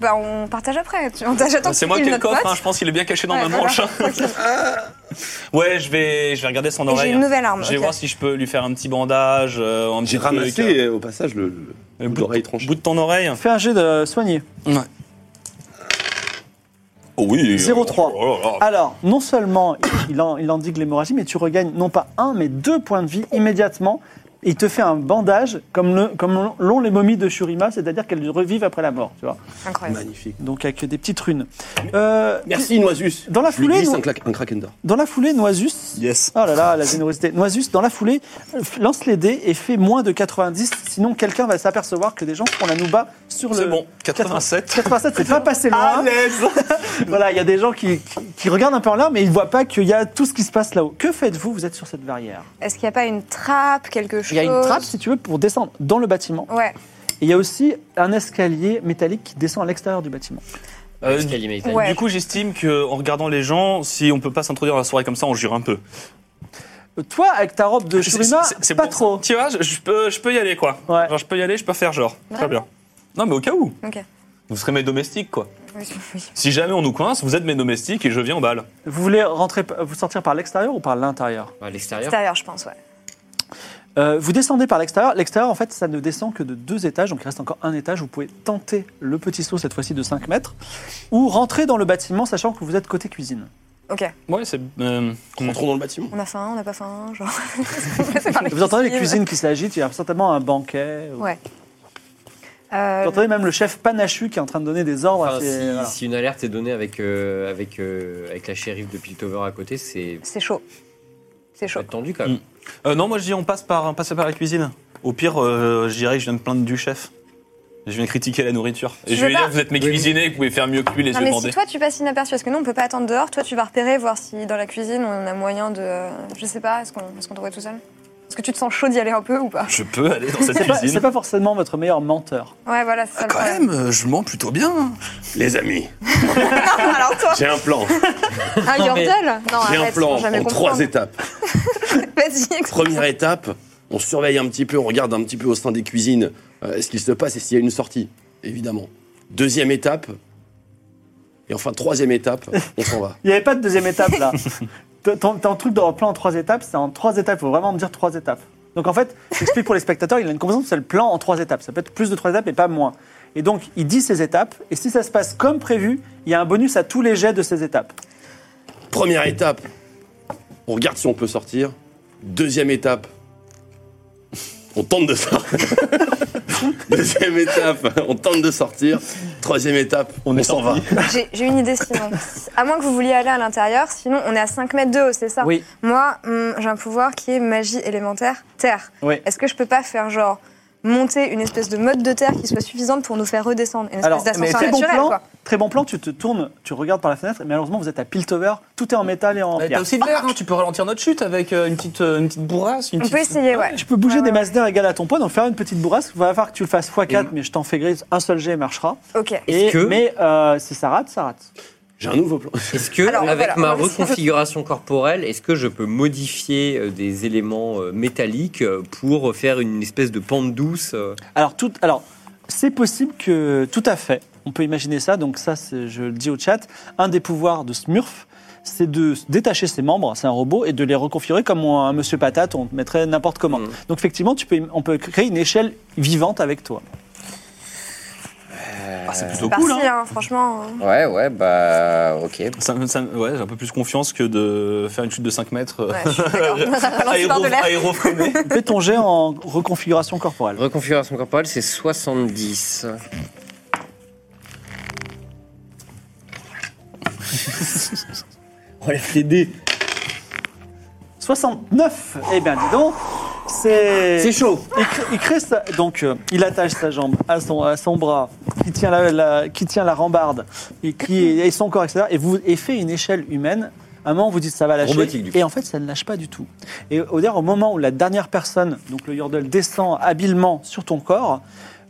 Bah on partage après. Tu- on- J'attends
C'est moi qui ai le coffre, hein, je pense qu'il est bien caché dans ma manche. hein.
*laughs*
Ouais, je vais, je vais regarder son
Et
oreille.
j'ai une nouvelle arme,
Je vais
ok.
voir si je peux lui faire un petit bandage, euh, un petit
J'ai
truc,
ramassé
euh,
euh, au passage le, le
le
bout
bout,
d'oreille
de-
tranché.
bout de ton oreille.
Fais un jet de soigner.
Ouais. Oh oui.
0,3.
Oh là là.
Alors, non seulement il, en, il endigue l'hémorragie, mais tu regagnes non pas un, mais deux points de vie immédiatement. Et il te fait un bandage comme l'ont comme l'ont les momies de Shurima, c'est-à-dire qu'elles revivent après la mort, tu vois.
Incroyable.
Magnifique.
Donc avec des petites runes. Euh,
Merci Noisus.
Dans la
Je lui
foulée,
glisse
nous-
un, claque- un Kraken d'or.
Dans la foulée, Noisus.
Yes.
Oh là là, la générosité. Noisus, dans la foulée, euh, lance les dés et fait moins de 90. Sinon, quelqu'un va s'apercevoir que des gens font la nouba sur le.
C'est bon, 87.
87, c'est pas passé loin.
l'aise
*laughs* Voilà, il y a des gens qui, qui, qui regardent un peu en l'air, mais ils ne voient pas qu'il y a tout ce qui se passe là-haut. Que faites-vous Vous êtes sur cette barrière.
Est-ce qu'il n'y a pas une trappe, quelque chose
Il y a une trappe, si tu veux, pour descendre dans le bâtiment.
Ouais.
Et il y a aussi un escalier métallique qui descend à l'extérieur du bâtiment.
Euh,
Parce qu'elle y met les
Ouais.
Du coup, j'estime que en regardant les gens, si on peut pas s'introduire dans la soirée comme ça, on jure un peu.
Euh, Toi, avec ta robe de Shurima,
Ah, c'est- c'est
pas
bon.
trop.
Tu vois, je, je peux, je peux y aller quoi.
Ouais.
Genre, je peux y aller, je peux faire genre. Très bien.
Vraiment
Non, mais au cas où.
Ok.
Vous serez mes domestiques quoi.
Oui, oui.
Si jamais on nous coince, vous êtes mes domestiques et je viens en balle.
Vous voulez rentrer, vous sortir par l'extérieur ou par l'intérieur
À Ah, l'extérieur.
Extérieur, je pense, ouais.
Euh, vous descendez par l'extérieur. L'extérieur, en fait, ça ne descend que de deux étages, donc il reste encore un étage. Vous pouvez tenter le petit saut, cette fois-ci de 5 mètres, ou rentrer dans le bâtiment, sachant que vous êtes côté cuisine.
Ok.
Ouais, c'est. euh,
Rentrons dans le bâtiment.
On a faim, on n'a pas faim, genre. *laughs*
Vous entendez les cuisines qui s'agitent, il y a certainement un banquet. ou-
Ouais. Euh,
Vous entendez même le chef Panachu qui est en train de donner des ordres. à
Enfin,
ses-
si,
voilà.
si une alerte est donnée avec, euh, avec, euh, avec la shérif de Piltover à côté, c'est
c'est chaud. C'est chaud.
pas tendu quand même.
euh, non, moi je dis on passe par, on passe par la cuisine. Au pire, euh, je dirais que je viens de plaindre du chef. Je viens de critiquer la nourriture. Et
Tu
je vais
veux
dire
pas
que vous êtes mes
Oui.
cuisiniers, que vous pouvez faire mieux que lui, les
Non,
yeux
mais
bandés.
si toi tu passes inaperçu, parce que nous on peut pas attendre dehors, toi tu vas repérer, voir si dans la cuisine on a moyen de. euh, Je sais pas, est-ce qu'on est t'envoie tout seul Est-ce que tu te sens chaud d'y aller un peu ou pas
Je peux aller dans cette
C'est pas, c'est
cuisine.
pas forcément votre meilleur menteur.
Ouais, voilà, c'est ça le
Ah, quand
problème.
Euh, je mens plutôt bien. hein.
Les amis,
*laughs* Alors toi,
j'ai un plan.
un
Non,
yordle Non,
mais-
J'ai un
arrête, ils
plan
vont jamais
en
comprendre. *laughs*
trois étapes.
Vas-y, explique.
Première étape, on surveille un petit peu, on regarde un petit peu au sein des cuisines euh, ce qu'il se passe et s'il y a une sortie, évidemment. Deuxième étape, et enfin troisième étape, on s'en
*laughs*
va.
Il n'y avait pas de deuxième étape là. Ton- ton, ton truc dans le plan en trois étapes, c'est en trois étapes. Il faut vraiment me dire trois étapes. Donc en fait, j'explique pour les spectateurs, il a une composante, c'est le plan en trois étapes. Ça peut être plus de trois étapes, mais pas moins. Et donc, il dit ces étapes, et si ça se passe comme prévu, il y a un bonus à tous les jets de ces étapes.
Première étape, on regarde si on peut sortir. Deuxième étape, on tente de
*laughs*
sortir. Deuxième étape, on tente de sortir. Troisième étape, on, s'en va.
J'ai j'ai une idée sinon. À moins que vous vouliez aller à l'intérieur, sinon on est à 5 mètres de haut, c'est ça
Oui.
Moi, hum, j'ai un pouvoir qui est magie élémentaire, terre.
Oui.
Est-ce que je peux pas faire genre monter une espèce de mode de terre qui soit suffisante pour nous faire redescendre. Une espèce
Alors, mais
d'ascenseur
très bon,
naturel,
plan,
quoi.
très bon plan, tu te tournes, tu regardes par la fenêtre, et malheureusement, vous êtes à Piltover, tout est en métal et en
Bah, T'as
pierre.
aussi de l'air, hein, tu peux ralentir notre chute avec euh, une petite, euh, une petite bourrasse. Une
On peut
petite...
essayer, ouais.
Tu peux bouger
Ouais,
des
ouais.
masses d'air égales à ton poids, donc faire une petite bourrasque. Il va falloir que tu le fasses x4, mais je t'en fais grise, un seul jet marchera.
Ok.
Est-ce
Et-
que-
Mais euh, si ça rate, ça rate.
J'ai un nouveau plan.
Est-ce que,
Alors,
avec
voilà,
ma
on va essayer.
reconfiguration corporelle, est-ce que je peux modifier euh, des éléments euh, métalliques euh, pour faire une espèce de pente douce euh,
Alors, tout, alors c'est possible que, tout à fait, on peut imaginer ça, donc ça, c'est- je le dis au chat, un des pouvoirs de Smurf, c'est de s- détacher ses membres, c'est un robot, et de les reconfigurer comme un monsieur patate, on te mettrait n'importe comment.
Mhm.
Donc effectivement, tu peux, im- on peut créer une échelle vivante avec toi.
Ah, c'est plutôt
Parti,
cool, hein.
hein, franchement. hein.
Ouais, ouais, bah, ok.
Ça me- ça me- ouais, j'ai un peu plus confiance que de faire une chute de 5 mètres. euh,
Ouais, je
*laughs*
suis d'accord. Ralentis par de
aéro-
l'air.
aérofrénée.
Fais ton jet en reconfiguration corporelle.
Reconfiguration corporelle, c'est 70. Relève les dés.
69 Eh bien, dis donc, c'est...
C'est chaud.
Il crée, il crée sa- donc euh, il attache sa jambe à son, à son bras qui tient la, la- qui tient la rambarde et qui et son corps etc et vous et fait une échelle humaine. À un moment vous dites ça va lâcher
Robotique, du coup.
et en fait ça ne lâche pas du tout. Et au dire au moment où la dernière personne donc le yordle descend habilement sur ton corps,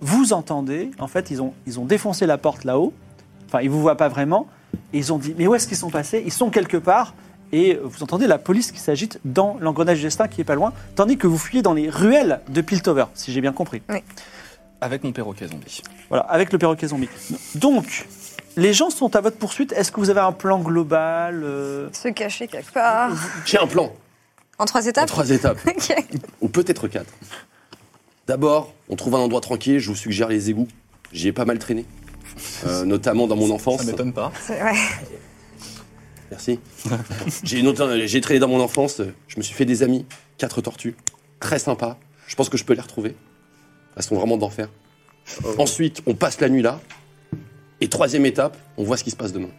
vous entendez en fait ils ont ils ont défoncé la porte là-haut. Enfin ils vous voient pas vraiment et ils ont dit mais où est-ce qu'ils sont passés Ils sont quelque part. Et vous entendez la police qui s'agite dans l'engrenage du destin qui est pas loin, tandis que vous fuyez dans les ruelles de Piltover, si j'ai bien compris.
Avec mon perroquet zombie.
Voilà, avec le perroquet zombie. Donc, les gens sont à votre poursuite. Est-ce que vous avez un plan global euh,
Se cacher quelque part.
J'ai un plan.
En trois
En
étapes
trois étapes.
Ok.
Ou peut-être quatre. D'abord, on trouve un endroit tranquille. Je vous suggère les égouts. J'y ai pas mal traîné.
*laughs*
Euh, notamment dans mon enfance.
Ça m'étonne pas.
C'est- Ouais.
Merci. j'ai notamment- j'ai traîné dans mon enfance. Je me suis fait des amis. Quatre tortues. Très sympa. Je pense que je peux les retrouver. Elles sont vraiment d'enfer.
Oh.
Ensuite, on passe la nuit là. Et troisième étape, on voit ce qui se passe demain.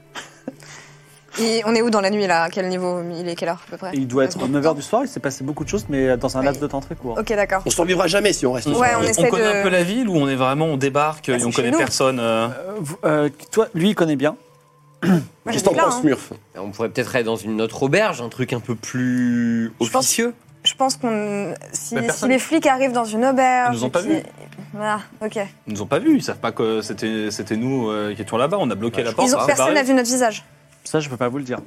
Et on est où dans la nuit là À quel niveau Il est quelle heure à peu près
Il doit être 9h du soir, il s'est passé beaucoup de choses, mais dans un
Oui.
laps de temps très court.
Ok, d'accord.
On survivra jamais si on reste.
Ouais, on essaie
on connaît
de-
un peu la ville ou on est vraiment, on débarque
Ah,
et
c'est
on
chez
connaît
nous.
personne. euh,
Euh, vous- euh, toi, lui, il connaît bien.
Moi
Qu'est-ce
j'habite
que t'en
là.
penses,
hein.
Murph
On pourrait peut-être aller dans une autre auberge, un truc un peu plus
Je pense-
officieux.
Je pense qu'on. Si,
Mais
si
personne-
les flics arrivent dans une auberge.
Ils nous ont
et
pas
qui-
vus.
Ah, ok.
Ils nous ont pas vus, ils savent pas que c'était c'était nous euh, qui étions là-bas. On a bloqué la porte.
Ils
on
ont,
s'est
personne
barré.
n'a vu notre visage.
Ça, je peux pas vous le dire.
Bah,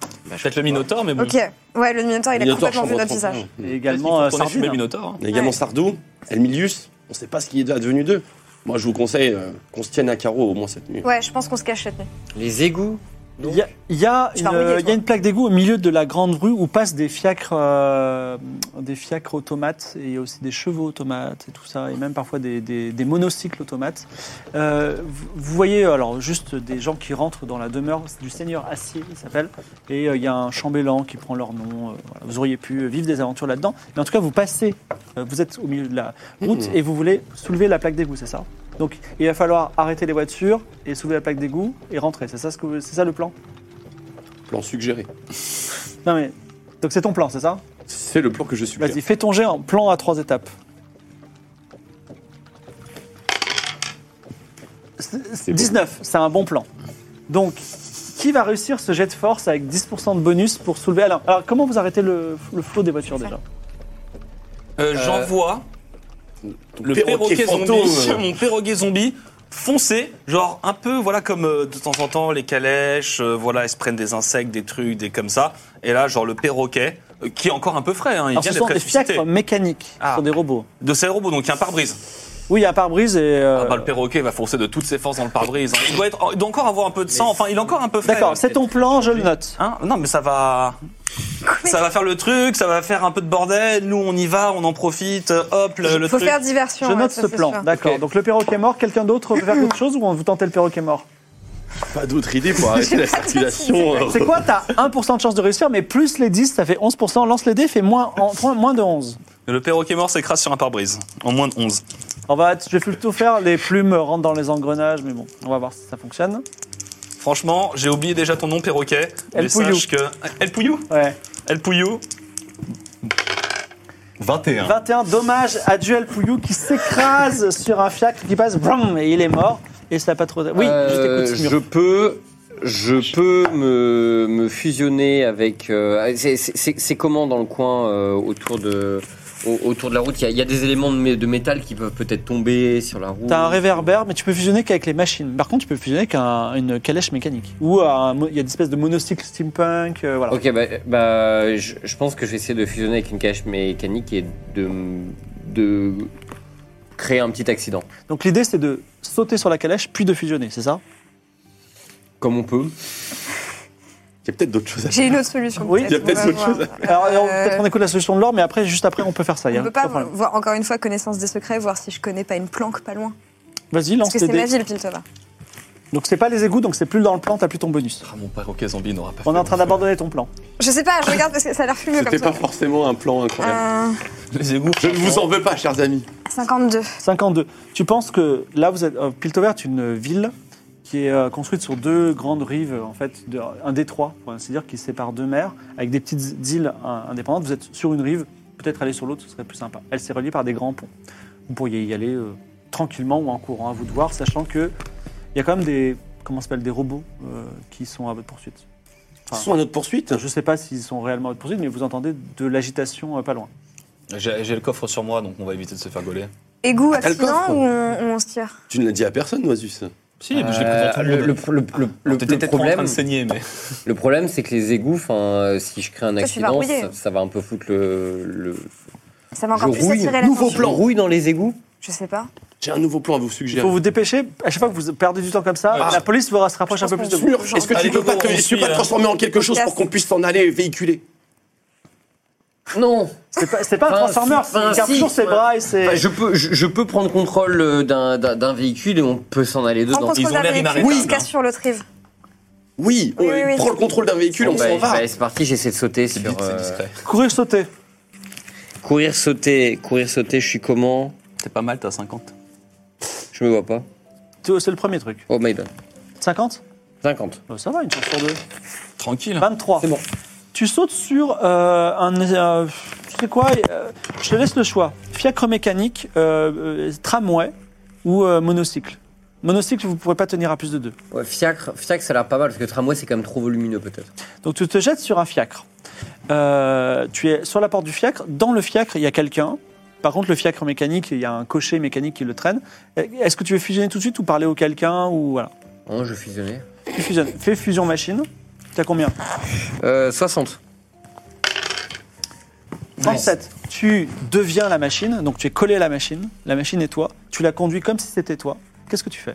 je
Peut-être le
sais pas.
Minotaure, mais bon.
Ok. Ouais, le Minotaure, il a
Minotaure,
complètement vu
chambre
notre visage.
Et
31.
Peut-être Hmm. qu'il faut
également, euh,
qu'on ait fumé
Sardine.
le Minotaure. hein.
Il y a également
Ouais.
Sardou, Elmilius, on ne sait pas ce qui est advenu d'eux. Moi, je vous conseille euh, qu'on se tienne à carreau au moins cette nuit.
Ouais, je pense qu'on se cache cette nuit.
Les égouts.
Il y a, il y a
Je
une,
pars mouiller,
euh, il y a
toi.
une plaque d'égout au milieu de la grande rue où passent des fiacres, euh, des fiacres automates et il y a aussi des chevaux automates et tout ça, et même parfois des, des- des monocycles automates. Euh, vous, vous voyez alors juste des gens qui rentrent dans la demeure c'est du seigneur Acier, il s'appelle, et euh, il y a un chambellan qui prend leur nom. euh, voilà. Vous auriez pu vivre des aventures là-dedans, mais en tout cas, vous passez, euh, vous êtes au milieu de la route et vous voulez soulever la plaque d'égout, c'est ça donc il va falloir arrêter les voitures et soulever la plaque d'égout et rentrer. C'est ça, ce que vous- c'est ça le plan
Plan suggéré.
non mais. Donc c'est ton plan, c'est ça
C'est le plan que je suggère.
Vas-y, fais ton jet en plan à trois étapes. C'est- c'est
beau.
19, c'est un bon plan. Donc, qui va réussir ce jet de force avec 10% de bonus pour soulever Alain Alors, comment vous arrêtez le, le flot des voitures déjà
Euh, J'envoie
Ton
le Euh, perroquet, zombie,
fantôme.
mon perroquet zombie foncé, genre un peu, voilà, comme euh, de temps en temps les calèches, euh, voilà, elles se prennent des insectes, des trucs, des comme ça. Et là, genre le perroquet, euh, qui est encore un peu frais, hein, il
Alors,
vient
ce
d'être
sont des
ressuscité.
fiacres hein. mécaniques, ce
Ah.
sont des robots.
De ces robots, donc il y a un pare-brise.
Oui, il y a un pare-brise et... euh,
Ah bah, le perroquet va foncer de toutes ses forces dans le pare-brise. hein. Il, doit être, il doit encore avoir un peu de sang, enfin, il est encore un peu frais.
D'accord, c'est ton plan, je le note.
Hein non, mais ça va. Ça va faire le truc, ça va faire un peu de bordel. Nous, on y va, on en profite. Hop, le, le
Faut
truc.
faire diversion.
Je
ouais,
note
ça,
ce
c'est
plan,
sûr.
d'accord.
Ok.
Donc le perroquet mort, quelqu'un d'autre veut faire *laughs* quelque chose ou on vous tentez le perroquet mort
Pas d'autre idée pour arrêter la circulation. euh.
C'est quoi T'as 1% de chance de réussir, mais plus les 10, ça fait 11%. Lance les dés, fait moins, en- prends moins de 11.
Le perroquet mort s'écrase sur un pare-brise. En moins de 11.
On va, je vais plutôt faire les plumes rentrent dans les engrenages, mais bon, on va voir si ça fonctionne.
Franchement, j'ai oublié déjà ton nom, perroquet.
El
mais
Pouillou.
sache que. El Pouillou
Ouais.
El Pouillou. 21.
21, dommage à Duel Pouillou qui s'écrase sur un fiacre qui passe, brum, et il est mort. Et ça n'a pas trop. d'a- Oui, je
Euh,
t'écoute,
je
Smurf.
peux, je peux me, me fusionner avec. euh, c'est- c'est c'est- c'est comment dans le coin euh, autour de au- autour de la route Il y, a- il y a des éléments de, mé- de métal qui peuvent peut-être tomber sur la route.
T'as un réverbère, mais tu peux fusionner qu'avec les machines. Par contre, tu peux fusionner qu'une calèche mécanique. Ou un mo- il y a une espèce de monocycle steampunk. euh, voilà.
Ok, bah, bah, je, je pense que je vais essayer de fusionner avec une cache mécanique et de de créer un petit accident,
Donc l'idée, c'est de sauter sur la calèche, puis de fusionner, c'est ça
comme on peut.
Il y a peut-être d'autres choses à
J'ai une autre solution.
Oui,
il y a peut-être
on
autre
va
chose.
Alors,
voir. Euh,
on- peut-être qu'on écoute la solution de l'or, mais après, juste après, on peut faire ça. y a
on peut pas
problème.
voir encore une fois connaissance des secrets, voir si je connais pas une planque pas loin.
Vas-y, lance
Parce que
tes
c'est ma
dés.
ville, Piltova.
Donc c'est pas les égouts, donc c'est plus dans le plan, t'as plus ton bonus.
Ah, mon perroquet zombie n'aura pas
On est
fait
en train
long feu.
d'abandonner ton plan.
Je sais pas, je regarde parce que ça a l'air fumeux comme Euh,
C'était
ça.
pas forcément un plan incroyable.
Un
Les égouts.
Je ne vous en veux pas, chers amis.
52.
52. Tu penses que là, vous êtes. euh, Piltover est une ville qui est euh, construite sur deux grandes rives, en fait, de- un détroit, pour ainsi dire, qui sépare deux mers, avec des petites îles euh, indépendantes. Vous êtes sur une rive, peut-être aller sur l'autre, ce serait plus sympa. Elle s'est reliée par des grands ponts. Vous pourriez y aller euh, tranquillement ou en courant, à vous de voir, sachant que il y a quand même des. Comment ça s'appelle Des robots euh, qui sont à votre poursuite.
Ils sont à notre poursuite.
Je ne sais pas s'ils sont réellement à votre poursuite, mais vous entendez de l'agitation euh, pas loin.
J'ai j'ai le coffre sur moi, donc on va éviter de se faire gauler.
Égout,
t'as le
accident
coffre.
ou on, ou on se tire
Tu ne l'as dit à personne, Noisus.
Si,
Euh, le, le, le- le-
Ah,
le
en train
problème,
de saigner, mais.
le problème, c'est que les égouts, enfin, euh, si je crée un
Toi, tu vas
accident,
rouiller.
ça, ça va un peu foutre le, le-
Ça va encore
Je
plus
rouille.
attirer
Nouveau
l'attention.
Je rouille dans les égouts.
Je sais pas.
J'ai un nouveau plan à vous
Il
suggérer.
faut vous dépêcher. À chaque fois que vous perdez du temps comme ça,
Ah.
la police vous se rapproche un peu plus de vous.
Smurf, est-ce que tu
Allez,
ne peux
Gogo,
pas te,
on
tu
suit,
peux pas te
euh,
transformer en quelque chose pour
casse.
qu'on puisse s'en aller véhiculer
Non.
C'est pas, c'est pas un
Enfin,
Transformer,
si,
il
enfin,
garde
si,
toujours ses
enfin,
bras et ses.
Enfin, Bah, je peux, je, je peux prendre contrôle euh, d'un- d'un d'un véhicule et on peut s'en aller
Prends
dedans.
contrôle
ils ont
d'un
l'air
véhicule,
inarrêtables,
on se casse
hein.
sur l'autre rive.
Oui, on
Oui, oui, oui.
prend le contrôle d'un véhicule,
Bon,
on
bah,
s'en va.
bah, c'est parti, j'essaie de sauter
C'est
sur.
vite, c'est
euh,
discret.
Courir, sauter.
courir, sauter, courir, sauter. Je suis comment
C'est pas mal, t'as 50.
Je me vois pas.
Tu- C'est le premier truc.
Oh my god.
50
50.
Bah, Ça va, une chance sur deux.
Tranquille.
23.
C'est bon.
Tu sautes sur euh, un. euh, tu sais quoi euh, Je te laisse le choix. Fiacre mécanique, euh, euh, tramway ou euh, monocycle. Monocycle, vous ne pourrez pas tenir à plus de deux.
Ouais, fiacre, fiacre, ça a l'air pas mal parce que tramway, c'est quand même trop volumineux peut-être.
Donc tu te jettes sur un fiacre. Euh, tu es sur la porte du fiacre. Dans le fiacre, il y a quelqu'un. Par contre, le fiacre mécanique, il y a un cocher mécanique qui le traîne. Eh, Est-ce que tu veux fusionner tout de suite ou parler au quelqu'un ou voilà
Oh, je fusionnais.
Tu fusionnes. Fais fusion machine. T'as combien
Euh, 60.
37. Tu deviens la machine, donc tu es collé à la machine. La machine est toi. Tu la conduis comme si c'était toi. Qu'est-ce que tu fais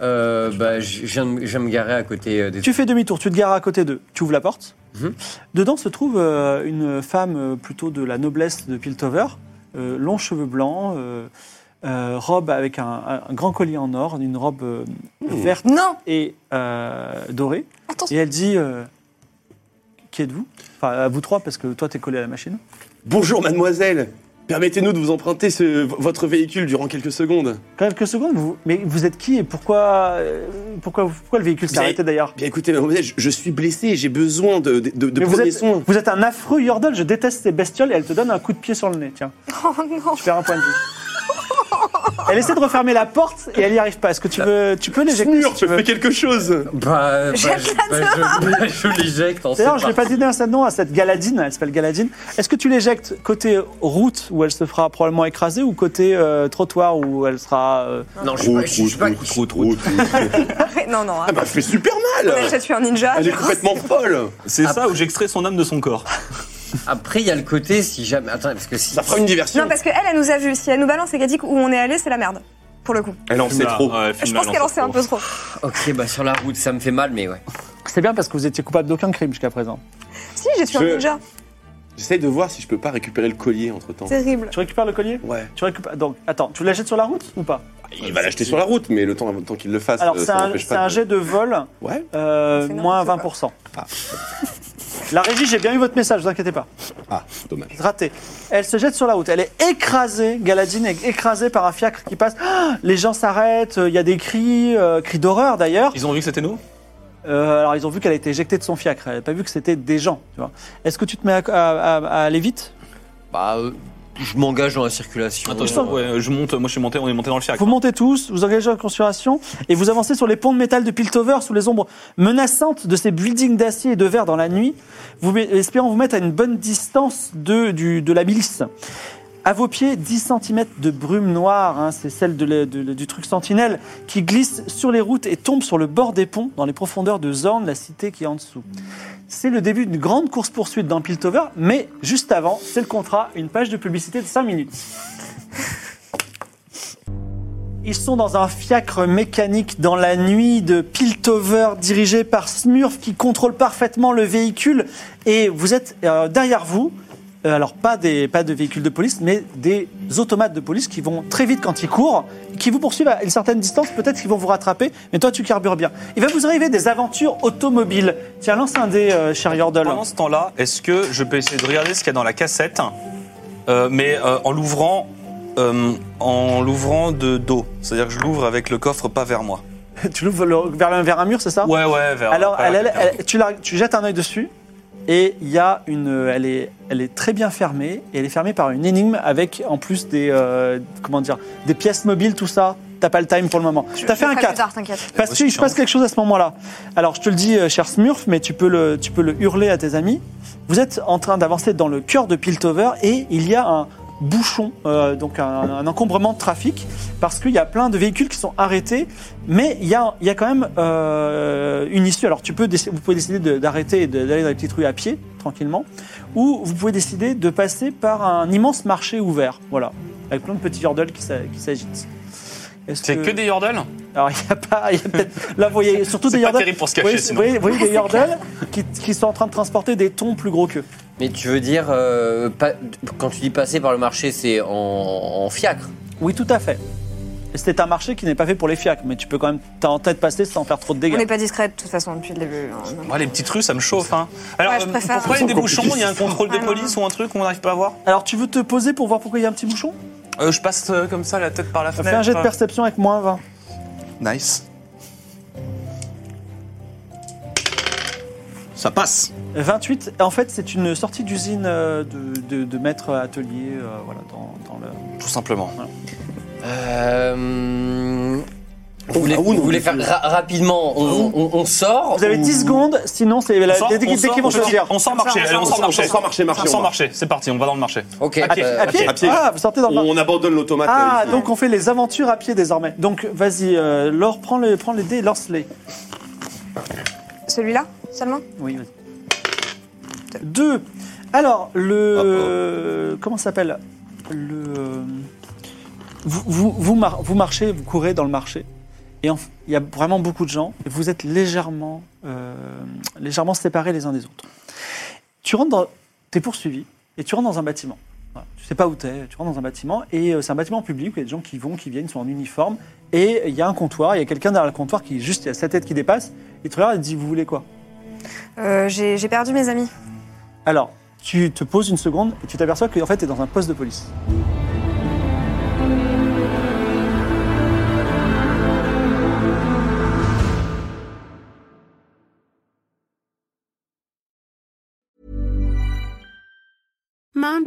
Euh, bah, je je viens de me- je viens de me garer à côté euh, des.
Tu fais demi-tour, tu te gares à côté d'eux, tu ouvres la porte.
Mhm.
Dedans se trouve euh, une femme euh, plutôt de la noblesse de Piltover, euh, longs cheveux blancs, euh, euh, robe avec un, un grand collier en or, une robe euh,
Mmh.
verte
Non
et euh, dorée.
Attention.
Et elle dit euh, Qui êtes-vous Enfin, à vous trois, parce que toi, t'es collé à la machine.
Bonjour, mademoiselle. Permettez-nous de vous emprunter ce- votre véhicule durant quelques secondes.
Quelques secondes, vous, mais vous êtes qui et pourquoi, euh, pourquoi, pourquoi le véhicule s'est
Vous
arrêté
avez-
d'ailleurs
Bien écoutez, mademoiselle, je, je suis blessé et j'ai besoin de, de, de- de
Mais vous
premiers
êtes,
soins.
vous êtes un affreux Yordle, je déteste ces bestioles et elle te donne un coup de pied sur le nez, tiens.
Oh non
Tu perds un point de vue. Elle essaie de refermer la porte et elle n'y arrive pas. Est-ce que tu veux, tu peux l'éjecter si
Smurf,
tu veux
fais quelque chose.
Bah, bah, je, bah, je, bah, je l'éjecte en
D'ailleurs, je n'ai pas donné un seul nom à cette galadine, elle s'appelle galadine. Est-ce que tu l'éjectes côté route où elle se fera probablement écraser ou côté euh, trottoir où elle sera... euh,
Non, je suis pas. je suis pas-
Non, non.
*laughs* Ah bah, elle fait super mal.
J'ai tué un ninja.
Elle est complètement folle. Ah,
C'est
Après-
ça où j'extrais son âme de son corps.
Après, il y a le côté si jamais. Attends, parce que si.
Ça fera une
Non,
diversion.
parce qu'elle, elle nous a vu. Si elle nous balance et qu'elle dit où on est allé, c'est la merde. Pour le coup.
Elle en sait trop.
Je pense qu'elle en sait un peu trop.
Ok, bah sur la route, ça me fait mal, mais ouais.
C'est bien parce que vous étiez coupable d'aucun crime jusqu'à présent.
Si, j'ai tué
Je-
un ninja.
J'essaie de voir si je peux pas récupérer le collier entre temps.
Terrible.
Tu récupères le collier
Ouais.
tu récupères... Donc, attends, tu la jettes sur la route ou pas
Il va l'acheter sur la route, mais le temps, le temps qu'il le fasse,
Alors,
euh,
c'est
ça
un,
n'empêche
c'est
pas.
un
de-
jet de vol,
Ouais.
euh,
C'est
moins
n'importe
20%. La régie, j'ai bien eu votre message, vous inquiétez pas.
Ah, dommage.
raté. Elle se jette sur la route. Elle est écrasée. Galadine est écrasée par un fiacre qui passe. Ah Les gens s'arrêtent. euh, Il y a des cris, euh, cris d'horreur d'ailleurs.
Ils ont vu que c'était nous
Euh, alors ils ont vu qu'elle a été éjectée de son fiacre. Elle n'a pas vu que c'était des gens. tu vois. Est-ce que tu te mets à, à- à- à aller vite
Bah, euh, je m'engage dans la circulation.
Attends, je, ouais, je monte, moi je suis monté, on est monté dans le fiacre.
Vous montez tous, vous engagez en conspiration et vous avancez sur les ponts de métal de Piltover sous les ombres menaçantes de ces buildings d'acier et de verre dans la nuit, vous, met- espérant vous mettre à une bonne distance de, du- de la milice. À vos pieds, 10 cm de brume noire, hein, c'est celle de la- de- du truc sentinelle, qui glisse sur les routes et tombe sur le bord des ponts dans les profondeurs de Zorn, la cité qui est en dessous. C'est le début d'une grande course-poursuite dans Piltover, mais juste avant, c'est le contrat, une page de publicité de 5 minutes. Ils sont dans un fiacre mécanique dans la nuit de Piltover dirigé par Smurf qui contrôle parfaitement le véhicule et vous êtes euh, derrière vous. euh, alors pas des pas de véhicules de police mais des automates de police qui vont très vite quand ils courent, qui vous poursuivent à une certaine distance, peut-être qu'ils vont vous rattraper, mais toi tu carbures bien. Il va vous arriver des aventures automobiles. Tiens, lance un dé euh, cher Yordle.
Pendant ce temps-là, est-ce que je peux essayer de regarder ce qu'il y a dans la cassette, euh, mais euh, en l'ouvrant, euh, en l'ouvrant de dos, c'est-à-dire que je l'ouvre avec le coffre pas vers moi.
*laughs* tu l'ouvres le- vers, le- vers un mur, c'est ça
Ouais, ouais, vers.
Alors,
pas
elle-
vers
elle-
quelqu'un.
elle- tu, la- tu jettes un œil dessus et il y a une, euh, elle est, elle est très bien fermée et elle est fermée par une énigme avec en plus des, euh, comment dire, des pièces mobiles, tout ça. T'as pas le time pour le moment. T'as fait un 4 parce
Moi,
qu'il
je
se passe quelque chose à ce moment-là. Alors, je te le dis, euh, cher Smurf, mais tu peux le, tu peux le hurler à tes amis. Vous êtes en train d'avancer dans le cœur de Piltover et il y a un bouchon, euh, donc un, un encombrement de trafic, parce qu'il y a plein de véhicules qui sont arrêtés, mais il y a, il y a quand même euh, une issue. Alors, tu peux, déci- vous pouvez décider de- d'arrêter et de- d'aller dans les petites rues à pied, tranquillement, ou vous pouvez décider de passer par un immense marché ouvert, voilà, avec plein de petits yordles qui s'a- qui s'agitent. Est-ce
C'est que des yordles
alors, il n'y a pas. il Y a peut-être- là, vous voyez surtout des
C'est pas
Yordles.
terrible pour se
Vous
cacher
voyez, vous
sinon.
voyez- vous voyez des Yordles qui, qui sont en train de transporter des tons plus gros qu'eux.
Mais tu veux dire, euh, pas- quand tu dis passer par le marché, c'est en, en fiacre.
Oui, tout à fait. C'est un marché qui n'est pas fait pour les fiacs, mais tu peux quand même t'as en tête passer sans faire trop de
On
dégâts.
n'est pas discret de toute façon depuis le début. hein.
Ouais, les petites rues, ça me chauffe. Hein. Alors,
Ouais, je
euh,
préfère.
pourquoi il y a des
Ils sont
bouchons Il y a un contrôle de police ou un truc qu'on n'arrive pas à voir
Alors, tu veux te poser pour voir pourquoi il y a un petit bouchon
Euh, Je passe euh, comme ça la tête par la
Fais
fenêtre. euh.
un jet de perception avec moins 20.
Nice.
Ça passe.
28, en fait, c'est une sortie d'usine euh, de, de, de maître atelier euh, voilà, dans, dans le.
Tout simplement.
Euh, vous voulez,
ah oui, non,
vous voulez
mais
faire ra- rapidement, on, on- on sort
Vous avez
ou-
10 secondes, sinon c'est la-
On sort,
dès dès-
on
dès
sort,
qu'ils vont
on sort,
sortir.
On sort marcher, allez, on sort marcher.
On sort marcher, marcher,
On
on
sort
va.
marcher, c'est parti, on va dans le marché.
Ok.
À pied,
euh,
à pied
à pied.
Ah, vous sortez dans le
On abandonne l'automate.
Ah,
euh, ici.
donc on fait les aventures à pied désormais. Donc vas-y, euh, Laure, prends, le, prends les dés, lance-les.
Celui-là seulement
Oui, vas-y. Deux. Alors, le. Comment ça s'appelle Le. euh, Vous, vous, vous, mar- vous marchez, vous courez dans le marché. Et en- il y a vraiment beaucoup de gens. Et vous êtes légèrement, euh, légèrement séparés les uns des autres. Tu rentres dans. T'es poursuivi et tu rentres dans un bâtiment. Voilà. Tu sais pas où t'es, tu rentres dans un bâtiment et euh, c'est un bâtiment public où il y a des gens qui vont, qui viennent, ils sont en uniforme et il y a un comptoir, il y a quelqu'un derrière le comptoir qui juste, il y a sa tête qui dépasse, il te regarde et te dit vous voulez quoi
Euh, J'ai j'ai perdu mes amis.
alors, tu te poses une seconde et tu t'aperçois que en fait, tu es dans un poste de police.
Mom